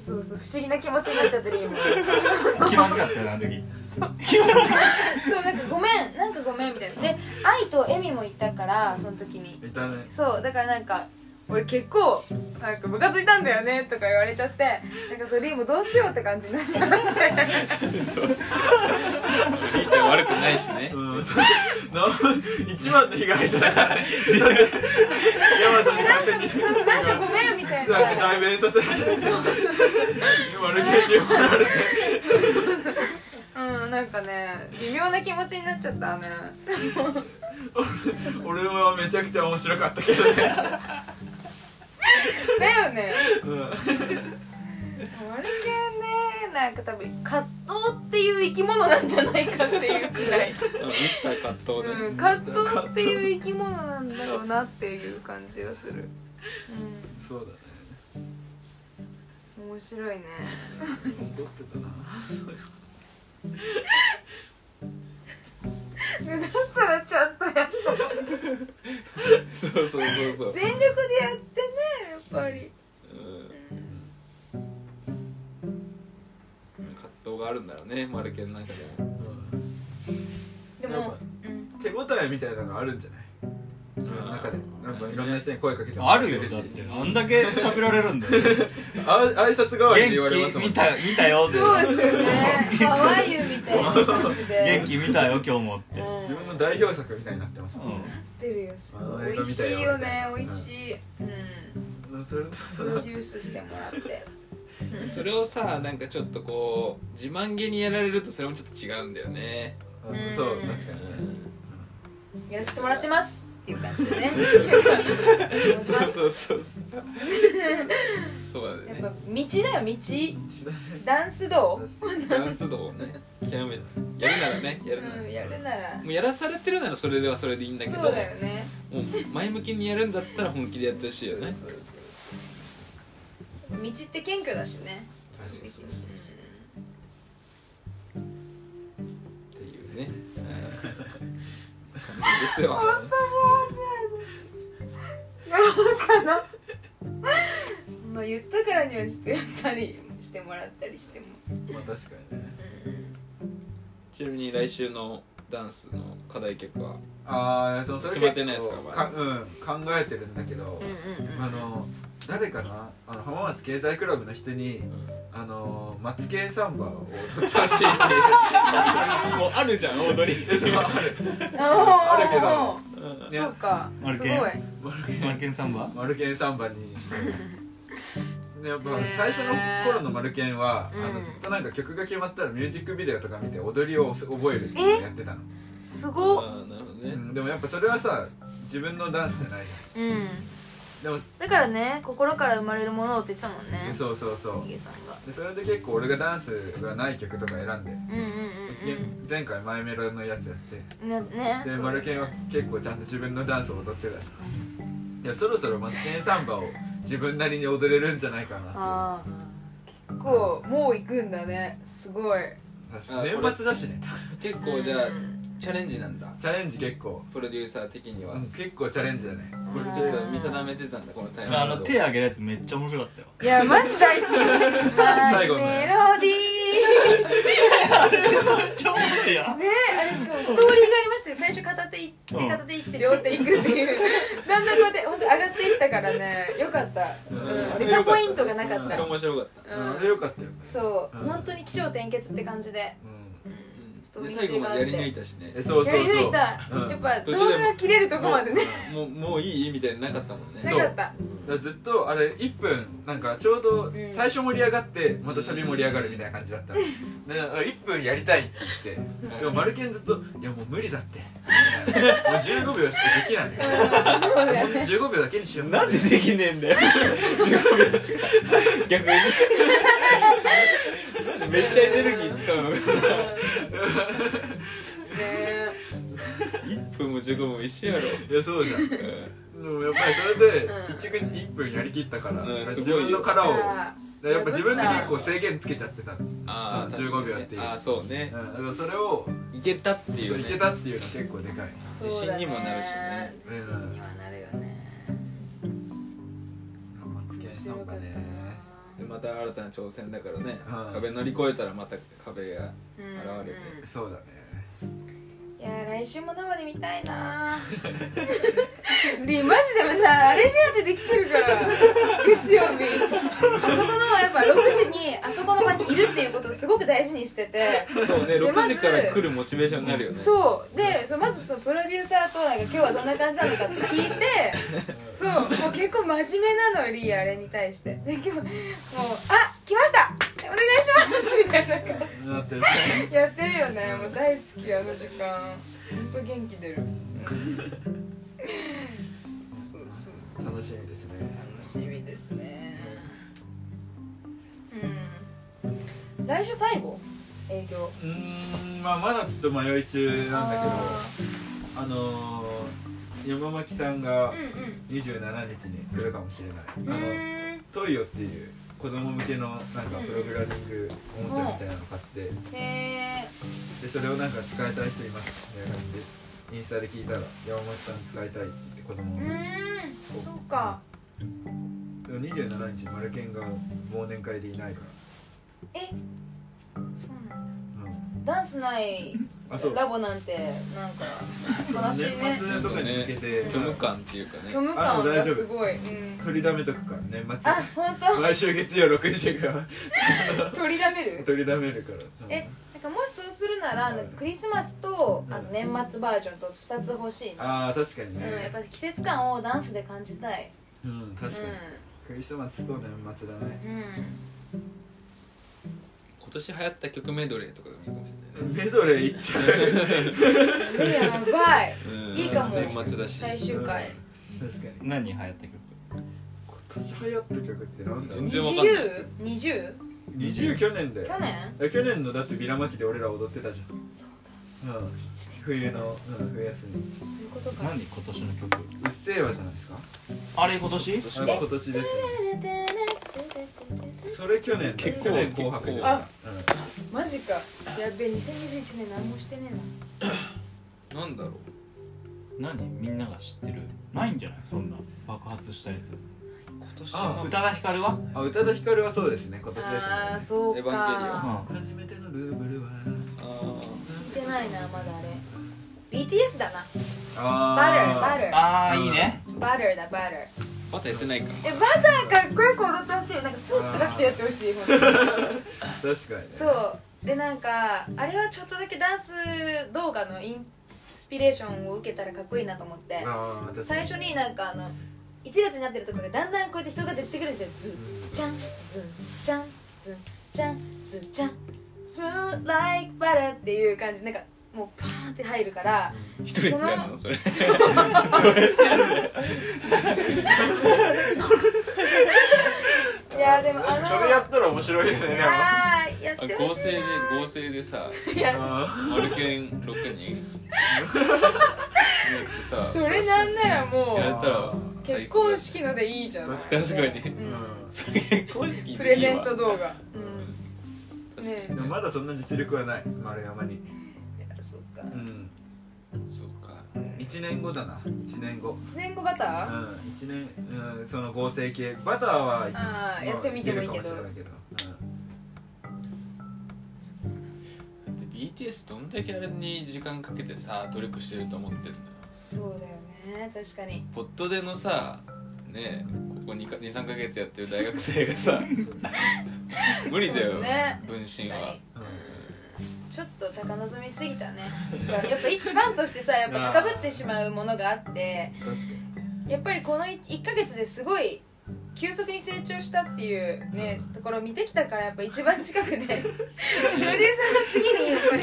そうそう不思議な気持ちになっちゃってる今気まずかったよなあの時そうなんかごめんなんかごめんみたいなで愛とエミもいたからその時にいたねそうだからなんか俺結構なんか部活いたんだよねとか言われちゃってなんかそれもどうしようって感じになっちゃってひーちゃん悪くないしねうん、 それな一番の被害者だからね。だってヤマトに勝手にそうなんかごめんみたいななんか代弁させられて、悪気に怒られて。うんなんかね微妙な気持ちになっちゃったね俺はめちゃくちゃ面白かったけどね。だよねうん悪気ねなんか多分葛藤っていう生き物なんじゃないかっていうくらい、あミスター葛藤ね、うん、葛藤っていう生き物なんだろうなっていう感じがするそうだね。うん面白いね怒ってたな。 だったらちゃんとやってそうそうそうそ全力でやっうてねやっぱりうん葛藤があるんだろうねマルケの中でもでやっぱも、うん、手応えみたいなのあるんじゃない？自分の中で、なんかいろんな人に声かけてもあらるよしだってあんだけ喋られるんだよあ挨拶代わりで言われます元もん。気見た見たよってそうです よね可愛いみたいな感じ で元気見たよ今日もって、ううんん自分の代表作みたいになってますもん。出るよすごあい映美味画見したよいよねみたい美な味しいうんうんそれプロデュースしてもらってそれをさなんかちょっとこう自慢げにやられるとそれもちょっと違うんだよねうんそう確かにね。やらせてもらって ますっていう感じでねそうそうそうそうそうだやっよねぱ道だよ道ダンスどダンス道をね極めやるならねやう、るなら、うん、もやるならうやらされてるならそれではそれでいいんだけどそうだよねもう前向きにやるんだったら本気でやってほしいよねそうそうそう道って謙虚だしねそうそうそうそうっていうねはい感じですよやろうかなまあ言ったからにはちょっとやったりしてもらったりしても、まあ確かにね。 ちなみに来週のダンスの課題曲はああそのそれ決まってないですか結構まだうん、考えてるんだけど、うんうんうんあの誰かなあの浜松経済クラブの人に「あのマツケンサンバ」を 踊って楽しい もうあるじゃん踊りああるけどーねそうかマルすケごンいマルマケルケンサンバンマルケンサンバにしてでやっぱへー最初の頃のマルケンは、あうのんずっとなんか曲が決まったらミュージックビデオとか見て踊りを覚えるっていうのやってたの、すあごっーなるほどうねんでもやっぱそれはさ自分のダンスじゃないじうんゃんでも、だからね心から生まれるものをって言ってたもんねそうそうそうヒゲさんがでそれで結構俺がダンスがない曲とか選んでうんうんで前回マイメロのやつやってうんうんねでそうだねマルケンは結構ちゃんと自分のダンスを踊ってたしいやそろそろマルケンサンバを自分なりに踊れるんじゃないかなっああ結構もう行くんだねすごいて確かあにこれ年末だしね 結構じゃあうんチャレンジなんだチャレンジ結構、プロデューサー的にはうん、結構チャレンジだねこれちょっと見定めてたんだこのタイミングあの手挙げるやつめっちゃ面白かったよいやマジ大好きマイ最後のメねロディー 超面白いやねあれしかもストーリーがありまして最初片手行って片手行って両手行くっていうだんだんこうやって本当上がっていったからねよかった、うん、デサポイントがなかっこたれ面白かった、うんうあんれよかったよねそう、うん本当に起承転結って感じで、うんうんうん、で最後までやり抜いたしえねそうそやうそうり抜いた、うんやっぱ途動中でも画が切れるとこまでねもうもういいみたいなのなかったもんねなそうかっただからずっとあれ1分なんかちょうどん最初盛り上がってまたサビ盛り上がるみたいな感じだったので1分やりたいって言ってでもマルケンずっと「いやもう無理だって」もう15秒しかできないんだよそうだよ ほんとね15秒だけにしようなんでできねえ んだよ15秒しか逆にめっちゃエネルギー使うのがね1分も15分も一緒やろいやそうじゃんでもやっぱりそれで結局1分やりきったからうん自分の殻をあやっぱ自分で結構制限つけちゃってたうんああそう15秒っていうああそうねだからそれをいけたっていそうういねけたっていうのは結構でかーいそうだね自信にもなるしね自信にはなるよねマツケンサンバねでまた新新たな挑戦だからね、うん壁乗り越えたらまた壁うんが現れてそうだねいやー来週も生で見たいな ーリーマジでもさあれ目当てできてるから月曜日あそこのやっぱ6時にあそこの場にいるっていうことをすごく大事にしててそうねで6まず時から来るモチベーションになるよねそうでそうまずそのプロデューサーとなんか今日はどんな感じなのかって聞いてそうもう結構真面目なのリーあれに対してで今日もう「あ来ましたお願いします」みたいな感ずっとやっじやってるよねもう大好きあの時間ほんと元気出るうんそうそうそう楽しみですね楽しみですねうん来週最後営業うーんまあまだちょっと迷い中なんだけどああのー、山巻さんがーうん27日に来るかもしれうんうない、あのーんトイヨっていう子供向けのなんかプログラミングおもちゃみたいなの買って、へでそれをなんか使いたい人いますみたいな感じでインスタで聞いたら山本さん使いたいって子供えうがーんそっかでも27日マルケンが忘年会でいないかそうなんだら、うん、ダンスないあそうラボなんてなん か悲しい年ね末とかに向けて、虚無感っていうか虚ね無感がすごい、うん、取りだめとくから年あ本当末毎週月曜6時から取りだめる取りだめるからえなんかもしそうするならあのクリスマスとあの年末バージョンと2つ欲しいな、ああ確かにうん、やっねぱ季節感をダンスで感じたいうん確かに、クリスマスと年末だねうん、うん今年流行った曲メドレーとかでもいいかもしれないねメドレーいっちゃうねやばいうんいいかも年末だし最終回確かてに何流行った曲今年流行った曲ってなんだろう全然わかんない 20?20? 20去年だよ去年え去年のだってビラまきで俺ら踊ってたじゃそうだん、うん、冬の、うん、冬休みうそういうことか何今年の曲っせえわじゃないですかあれ今年あれ今年ですねそれ去年結構去年紅白結で構ああ、マジかやっべ2021年何もしてねえななんだろう何みんなが知ってるないんじゃないそんな爆発したや今つ年あま宇多田ヒカルはうん、あ宇多田ヒカルはそうですね今年ですああねそうかエヴァンゲリオンう初めてのルーブルはあ見てないなまだあれ BTS だなバルバあルんああいいねバルだバルーバターやってないかえバターかっこよく踊ってほしいなんかスーツとか着てやってほしい本当にー確かにねそうでなんかあれはちょっとだけダンス動画のインスピレーションを受けたらかっこいいなと思ってあー確か最初になんかあの1列になってるところがだんだんこうやって人が出てくるんですよズンチャンズンチャンズンチャンズンチャンスムー like butter っていう感じでなんかもうパーンって入るからら一人でやるのそれいやーでもあのそれやったら面白いよねいでもやーやっあてほ合し成で合成でさいいやあマルケン6人やってさそれなんならもやれうたら結婚式のでいいじゃない確かにうーん結婚式でいいわプレゼント動画うん確ねうんでもまだそんな実力はない丸山にえいやそっかうんそうか1年後だな1年後1年後バタうーん1年、うん、その合成系バターはあーやってみてもいいけどまあるかもしれないけどうんだって BTS どんだけあれに時間かけてさ努力してると思ってんのよそうだよね確かにポットでのさねえここ23か月やってる大学生が さ無理だそよ、うね分確身かはにうちょっと高望みすぎたねやっぱ一番としてさやっぱ高ぶってしまうものがあってん、確かにやっぱりこの1ヶ月ですごい急速に成長したっていうねところを見てきたからやっぱ一番近くでプロデューサーの次にやっぱ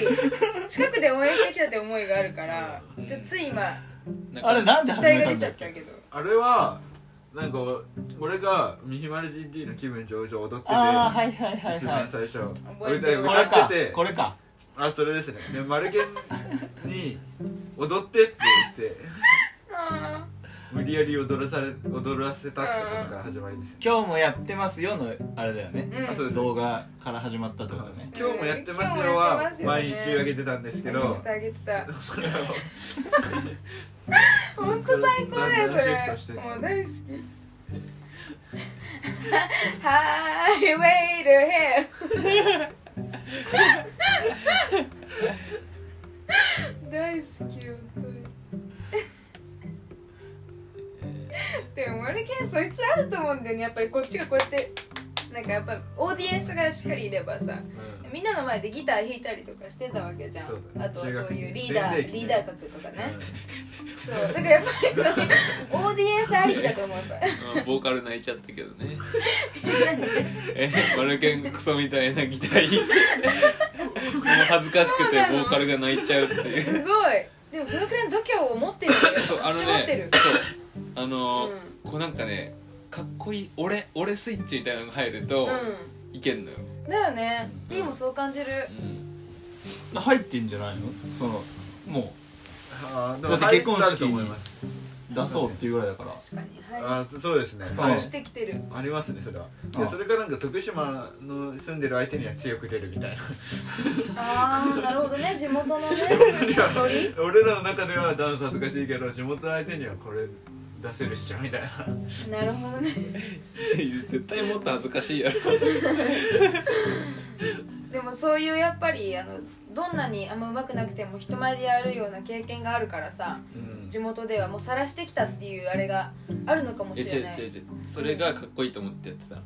り近くで応援してきたって思いがあるからちょっとつい今なんかあれなんで期始待がめた出んちだゃっっけたけどあれはなんか俺が「ミヒマル GT」の気分上々踊ってて、ああはいはいはい一は番い最初覚えてる歌こ歌れっかててこれかあそれですねでマルケンに「踊って」って 言ってあ無理やり踊らされ踊らせたってことから始まりですね、今日もやってますよのあれだよねーうんあそうです動画から始まったってことね今日もやってますうんよは今日もやってますよね毎週あげてたんですけどあげてたあげてそれをた本当最高だよだんだんシフトそしてれもう大好き Hi, wait a here. 大好き本当に。でも俺系素質あると思うんだよねやっぱりこっちがこうやってなんかやっぱオーディエンスがしっかりいればさうんみんなの前でギター弾いたりとかしてたわけじゃん、そうだねあとはそう中学生いうリーダ全盛ー期リねーダー格とかね、そうだからやっぱりそういうオーディエンスありきだと思うやっぱりうんボーカル泣いちゃったけどね えマルケンがクソみたいなギター弾いてもう恥ずかしくてボーカルが泣いちゃうっていうすごいでもそのくらいの度胸を持ってるよそうあの持ってるねそうあのーこうなんかねかっこいい俺俺スイッチみたいなのが入ると、ういけんのよ、んだよねリーもそう感じるうん、 入ってんじゃないのそのもあーでだもって結婚式に入ってたと思いますう出そうっていうぐらいだから確かにはいあーそうですねそうは押いしてきてるありますねそれはあであそれからなんか徳島の住んでる相手には強く出るみたいなああなるほどね地元 のね踊り俺らの中ではダンス恥ずかしいけど地元の相手にはこれ出せるっしょみたいななるほどね絶対もっと恥ずかしいやろでもそういうやっぱりあのどんなにあんま上手くなくても人前でやるような経験があるからさうん地元ではもう晒してきたっていうあれがあるのかもえしれ違うな違うい違うそれがかっこいいと思ってやってたの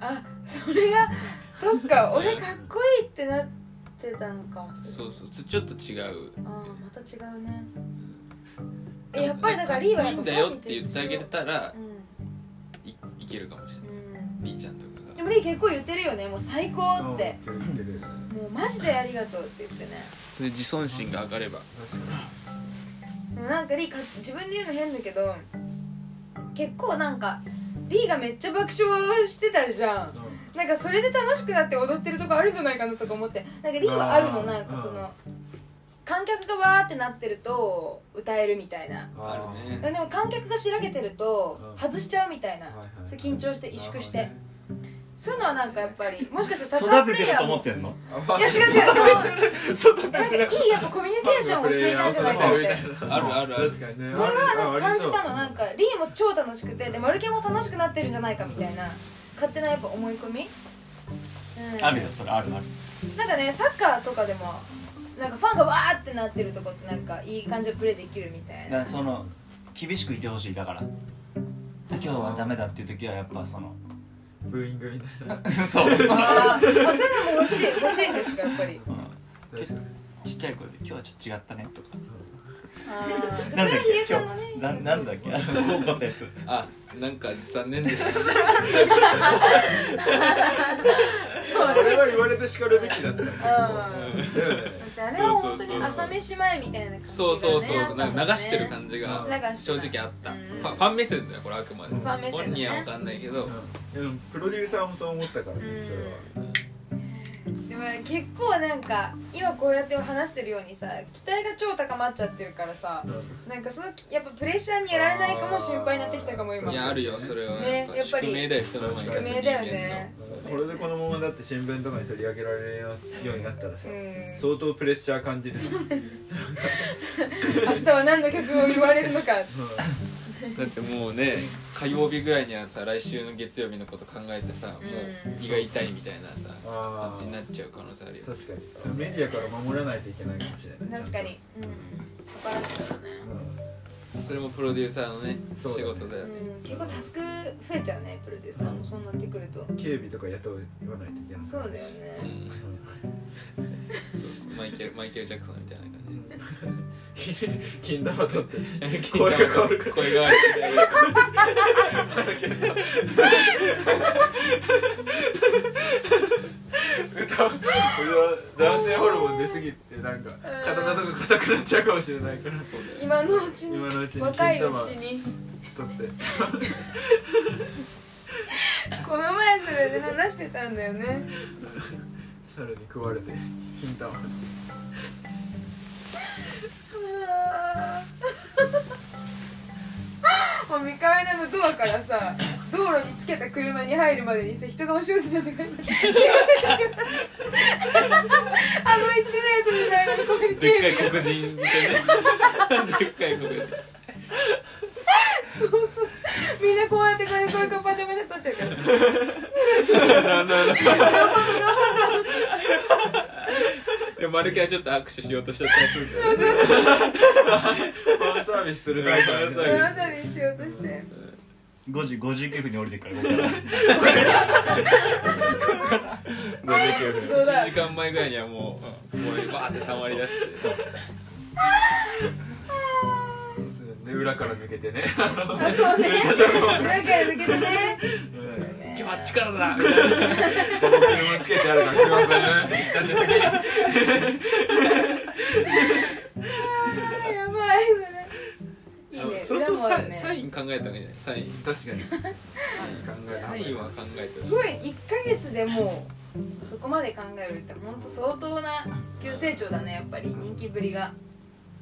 あそれがそっか俺かっこいいってなってたのかそうそうつちょっと違うあーまた違うねえやっぱりだからリーはかっこいいんだよって言ってあげれるたらういいけるかもしれん、なうん、いリーちゃんとかでがもリー結構言ってるよねもう最高ってうん言ってる言ってるもうマジでありがとうって言ってねそれで自尊心が上がれば確かにでもなんかリーか自分で言うの変だけど結構なんかリーがめっちゃ爆笑してたじゃんなんかそれで楽しくなって踊ってるとこあるんじゃないかなとか思ってなんかリーはあるのあーなんかそうんの観客がわーってなってると歌えるみたいなああるねでも観客がしらけてるとうん外しちゃうみたいな、はいはいそれ緊張して萎縮して、そういうのはなんかやっぱりもしかしたらサッカープ育レてイてるヤとー思っもてんのいや違う違うそのなんかいいやっぱコミュニケーションをしていないんじゃないかってあるあるある確かにねそれはなんか感じたのなんかかリーも超楽しくてでマルケンも楽しくなってるんじゃないかみたいな勝手なやっぱ思い込み、うん、あるよそれあるあるなんかねサッカーとかでもなんかファンがわーってなってるとこってなんかいい感じでプレーできるみたいなだからその厳しくいてほしいだから今日はダメだっていう時はやっぱその ブーイングみたいなそうそのあーあそういうのも欲しい欲しいんですかやっぱり確かにちっちゃい声で今日はちょっと違ったねとかあーそれなんはだっヒデけさんの今ね日ざなんだっけあの高校ったやつあなんか残念で すあれは言われて叱るべきだったよねうんだよねあれは本当に朝飯前みたいな感じそうそうそうそうなんか流してるじ感じが流して正る直あったうんファファン目線だよこれあくまでファン目線だね本人は分かんないけどうんでもプロデューサーもそう思ったからねうんそれはでもね結構なんか今こうやって話してるようにさ期待が超高まっちゃってるからさなんかそのやっぱプレッシャーにやられないかも心配になってきたかも今いやあるよそれはねやっぱやっぱり宿命だよ人の前に立宿つ人命間だよのねこれでこのままだって新聞とかに取り上げられるようになったらさうん相当プレッシャー感じる明日は何の曲を言われるのかだってもうね火曜日ぐらいにはさ来週の月曜日のこと考えてさもうんう胃が痛いみたいなさあー感じになっちゃう可能性あるよ確かにそれメディアから守らないといけないかもしれない確かにうんパパラッチだねそれもプロデューサーのね仕そうだね事だよねうん結構タスク増えちゃうねプロデューサーもそうなってくるとうん警備とか雇わないといけないそうだようねんそうそうマイケルマイケル・ジャクソンみたいな感じ金玉取って声 声が変が変わわるるかからら声変わりしない歌う俺は男性ホルモン出すぎてなんか体とか硬くなっちゃうかもしれないから今のうち今にのうちに若いう金玉ちに取ってこの前それで話してたんだよねさらに食われて金玉 もう三河屋のドアからさ道路につけた車に入るまでにさ人が押し寄せちゃってからあの1メートルみたいなとこにでテっーかい黒人でねでっかい黒人プみんなこうやってこうやってこうやってパシャパシャ撮ってるからでマルケはちょっと握手しようとしちゃったりするからねファンサービスするタイプなんファンサーでビわさびしようとして5時59分に降りてくから僕ら59分どうだ1時間前ぐらいにはもうもうバーって溜まりだしてで裏から抜け てねあそうね中から抜けてね「今日は力だ!」みたいな車つけてあるから車ブーンって行っちゃってあやばいそれいいねそれそう裏もあサるねサイン考えたわけじゃないサインすぐに確かにササイインンはは考考えてするごい1ヶ月でもうそこまで考えるって本当相当な急成長だねやっぱり人気ぶりが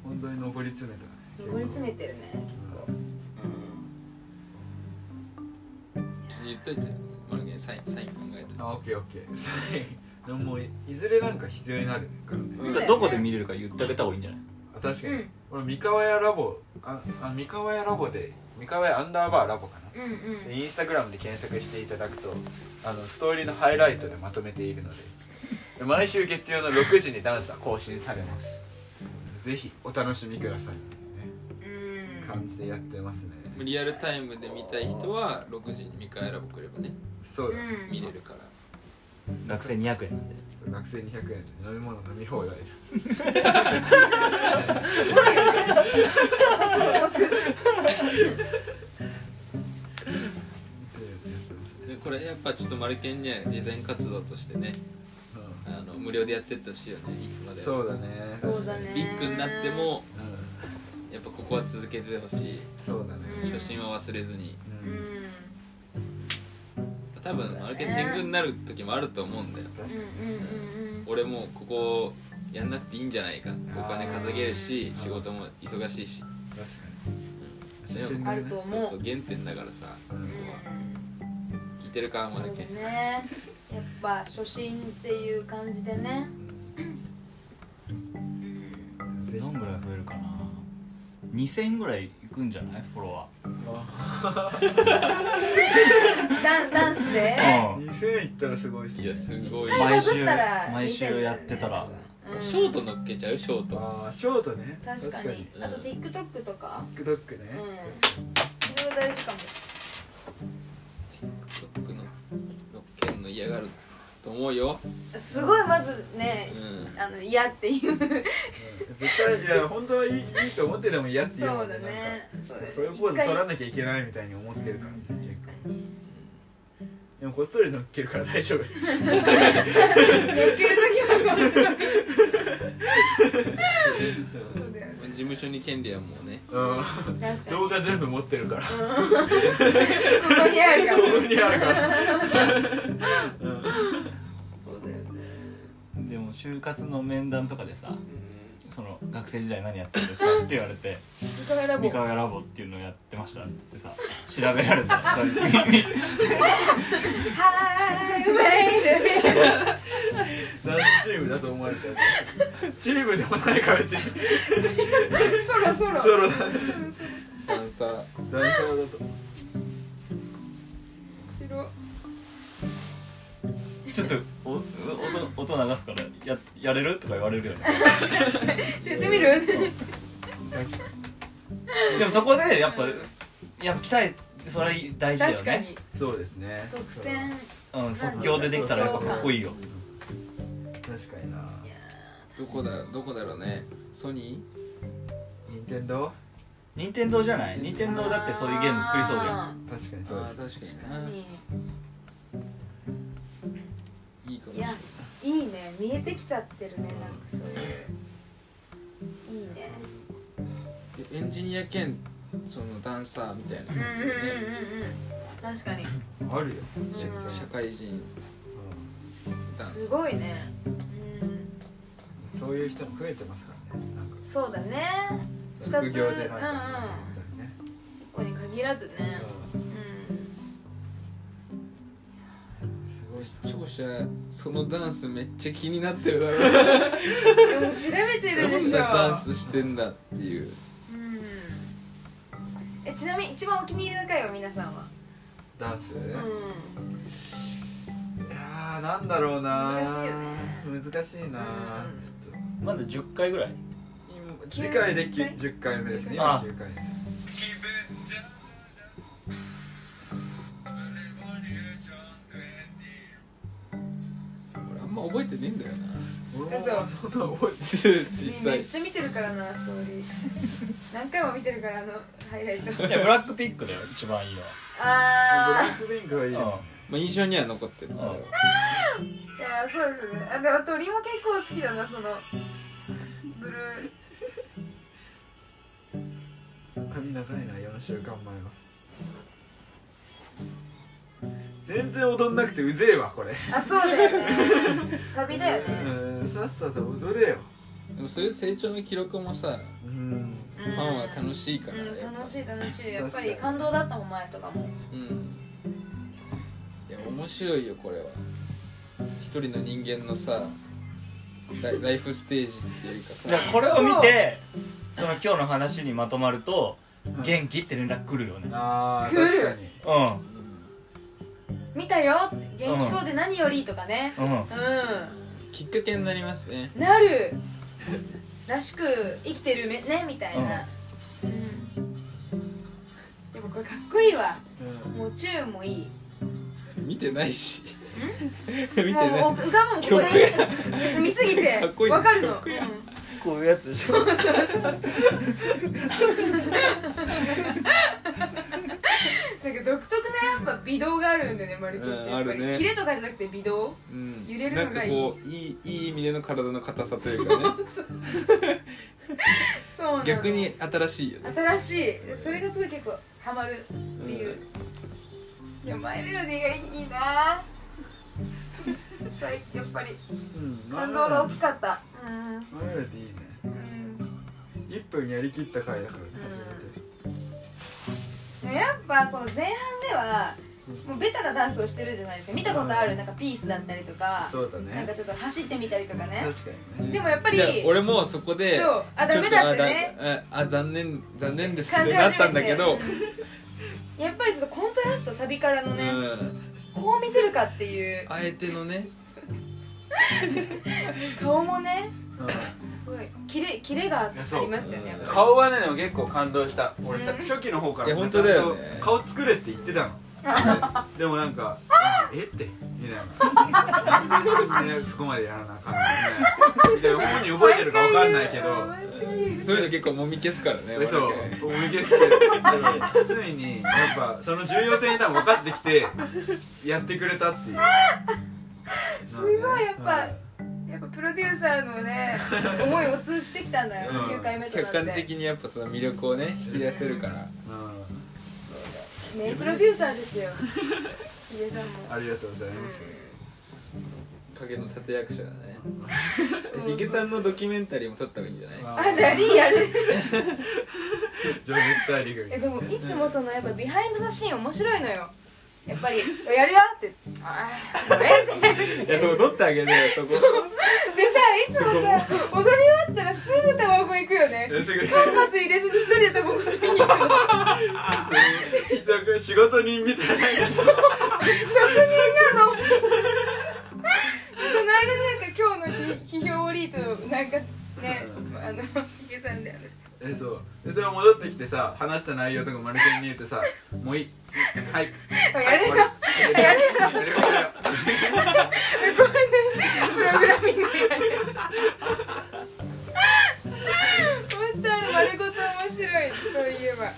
本当に上り詰めたね上り詰めてるね言っといてマルケにサインサイン考えたあオッケーオッケー サインでももういいずれなんか必要になるからねそうだよねどこで見れるか言ってあげた方がいいんじゃないあ確かに、うん俺三河屋ラボああ三河屋ラボで三河屋アンダーバーラボかなうんうんでインスタグラムで検索していただくとあのストーリーのハイライトでまとめているのでで毎週月曜の6時にダンスは更新されますぜひお楽しみくださいねうん感じでやってますねリアルタイムで見たい人は6時に見返らぼくればねそうだ、うん見れるから学生200円なんで学生200円で飲み物飲み放題でこれやっぱちょっとマルケンには慈善活動としてねうあの無料でやってってほしいよねいつまんでそううだねそうだねビッグになってもうんやっぱここは続けてほしいそうだねうん初心は忘れずにううんん多分マルケン天狗になる時もあると思うんだよ確かうんにうん俺もここやんなくていいんじゃないかお金稼げるし仕事も忙しいし確でかにもあると思そううそう原点だからさうんうんうん聞いてるかマそルうケンだねやっぱ初心っていう感じでねうんぜどんぐらい増えるかな2000円ぐらいいくんじゃないフォロワダンダンスでー、ひ2000円いったらすごいっすねいやすごい一回毎週バズったら毎週やってたらうんショート乗っけちゃうショートああショートね確かに確かにあと TikTok とか TikTok うね、ん確かにそれは大事かもショックの乗っけるの嫌がると思うよすごいまずねうあの嫌っていううん絶対いや本当はいいいいと思ってでも嫌ってそ言うもうんだねそなうんだかねそういうポーズ取らいなきゃいけないみたいに思ってるからね結構ででもこっそり乗っけるから大丈夫きる時はそうだよね事務所に権利はもうねうん確かに動画全部持ってるからここにあるからここにあるからそうだよねでも就活の面談とかでさその学生時代何やってた んですかって言われていかがラ「三ボ河屋ラボっていうのをやってました」って言ってさ調べられたらさみ ハイウェイで何チームだと思われちゃうチームでもないから別にそろそろソロだあダのさンサーだと白 ちょっとお音音流すからややれるとか言われるよねちょやってみる でもそこでやっぱやっぱ鍛えそれは大事だよね確かにそうですね即戦いやうん、即興でできたらやっぱかっこいいよ確かになどこだどこだろうねソニー任天堂任天堂じゃない任天堂だってそういうゲーム作りそうだよあ確かにそうああで確ーか確かににないいかもしいれやないいいね見えてきちゃってるねなんかそういういいねエンジニア兼そのダンサーみたいな、うんうんうんねうんうん確かにすあるよ社社会人ダンサーすごいねうんうんそういう人も増えてますからねなんかそうだね二つ副業でなんかうんうんねここに限らずねううんんすごい視聴者そのダンスめっちゃ気になってるだろ うでも調べてるどでんしょなダンスしてんだっていううんえちなみに一番お気に入りの回は皆さんはダンス、うんいやーなんだろうな難しいよね難しいなうんちょっとまだ10回ぐらい今次回できゅ10回目ですね今あ9回目俺あんま覚えてねえ んだよな俺もそんな覚え実め際っちゃ見てるからなストーリー 何回も見てるからあのハイライトいやブラックピックだよ一番いいのはブラあックリンクはいいですねまあ印象には残ってるうんーいやそうですねあでも鳥も結構好きだなそのブルー髪長いな4週間前は全然踊んなくてうぜえわこれあそうだよねサビだよねうんさっさと踊れよでもそういう成長の記録もさうんフ ファンは楽しいからうん、やっぱ楽しい楽しいやっぱ確かりに感動だったもん前とかもうんいや面白いよこれは一人の人間のさライライフステージっていうかさじゃあこれを見てその今日の話にまとまると「元気?」って連絡来るよねあ来ーる確かにう見たよって元気そうで何よりとかねんうんうきっかけになりますねんなるらしく生きてるめねみたいな、うんでもこれかっこいいわもうチューンもいい見てないし見てないもう浮かぶもんここで見すぎてかっこいいわかるのかっこいいうんこういうやつ でしょなんか独特なやっぱ微動があるんだよねマルコって、うんやっぱあり、るねキレとかじゃなくて微動うん揺れるのがいいなんかこういいいい意味での体の硬さというかねそうなの逆に新しいよね新しいそれがすごい結構ハマるっていう、いや前メロディーがいいな ぁやっぱりうん感動が大きかったうんうん前よりでいいね1分やりきった回だからねやっぱこの前半ではもうベタなダンスをしてるじゃないですか見たことあるなんかピースだったりとか初めてそうだなんかねちょっと走ってみたりとかね確かにねでもやっぱりじゃあ俺もそこでそうあちダょメだってねとあだああ残念残念ですっ感てじな始めってたんだけど、やっぱりちょっとコントラストサビからのうね、ん、こう見せるかっていうあえてのね顔もねうんすごいキレキレがありますよねやっぱり顔はねでも結構感動した俺さうん初期の方からいや本当だよねちゃんと顔作れって言っ てたのでもなんか「えっ?」てみたいなねそこまでやらなあかんのねで本人覚えてるかわかんないけどそういうの結構もみ消すからねでそう俺ね思い消してついにやっぱその重要性に多分分かってきてやってくれた っていうすごいやっぱやっぱプロデューサーのね思いを通じてきたんだよ、うん9回目となっ客て観的にやっぱその魅力をね引き出せるからねプロデューサーですよヒデさんもありがとうございます影の立役者だねそうヒゲさんのドキュメンタリーも撮った方がいいんじゃないあじゃあリーやる情熱大陸みたえいでもいつもそのやっぱビハインドザシーン面白いのよやっぱり「やるよ」って「ああごめん」っていやそこ撮ってあげてよそこでさいつもさ踊り終わったらすぐタバコ行くよねなえすごい間髪入れずに一人でタバコ吸いに行くのなんか仕事人みたいな職人なのその間なんか今日のひ批評リートなんかねあのヒゲさんであのえそうでそれ戻ってきてさ話した内容とか丸ルに言うとさ「もういいつはいあやれよはいやれよやれよやれよプログラミングやれよ本当あれ丸ごと面白いそういえば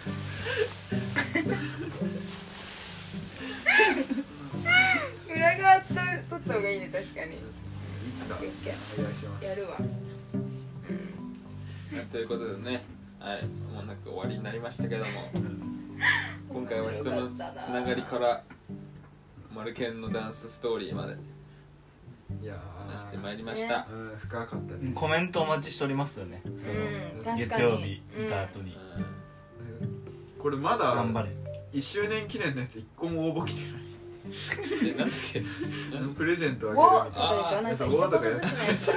裏側と撮った方がいいね確かにいつかお願いしますやるわ ということでねはいもうなく終わりになりましたけ ども今回は人のつながりからマルケンのダンスストーリーまでいや話してーまいりました、うん深かったねコメントお待ちしておりますよねそのうん確か月に曜日見た後にこれまだ頑張れ1周年記念のやつ1個も応募来てないうんでなんだっけうんプレゼントウあォげるーみとたかでしいょななんかそう一ウォーとか言やずつっな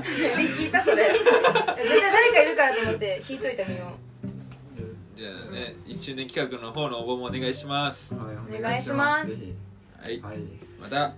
いで聞いたそれ絶対誰かいるからと思って引いといたみよううんでじゃあね、一周年企画の方の応募もお願いしますはいお願いしますぜひはいはいまた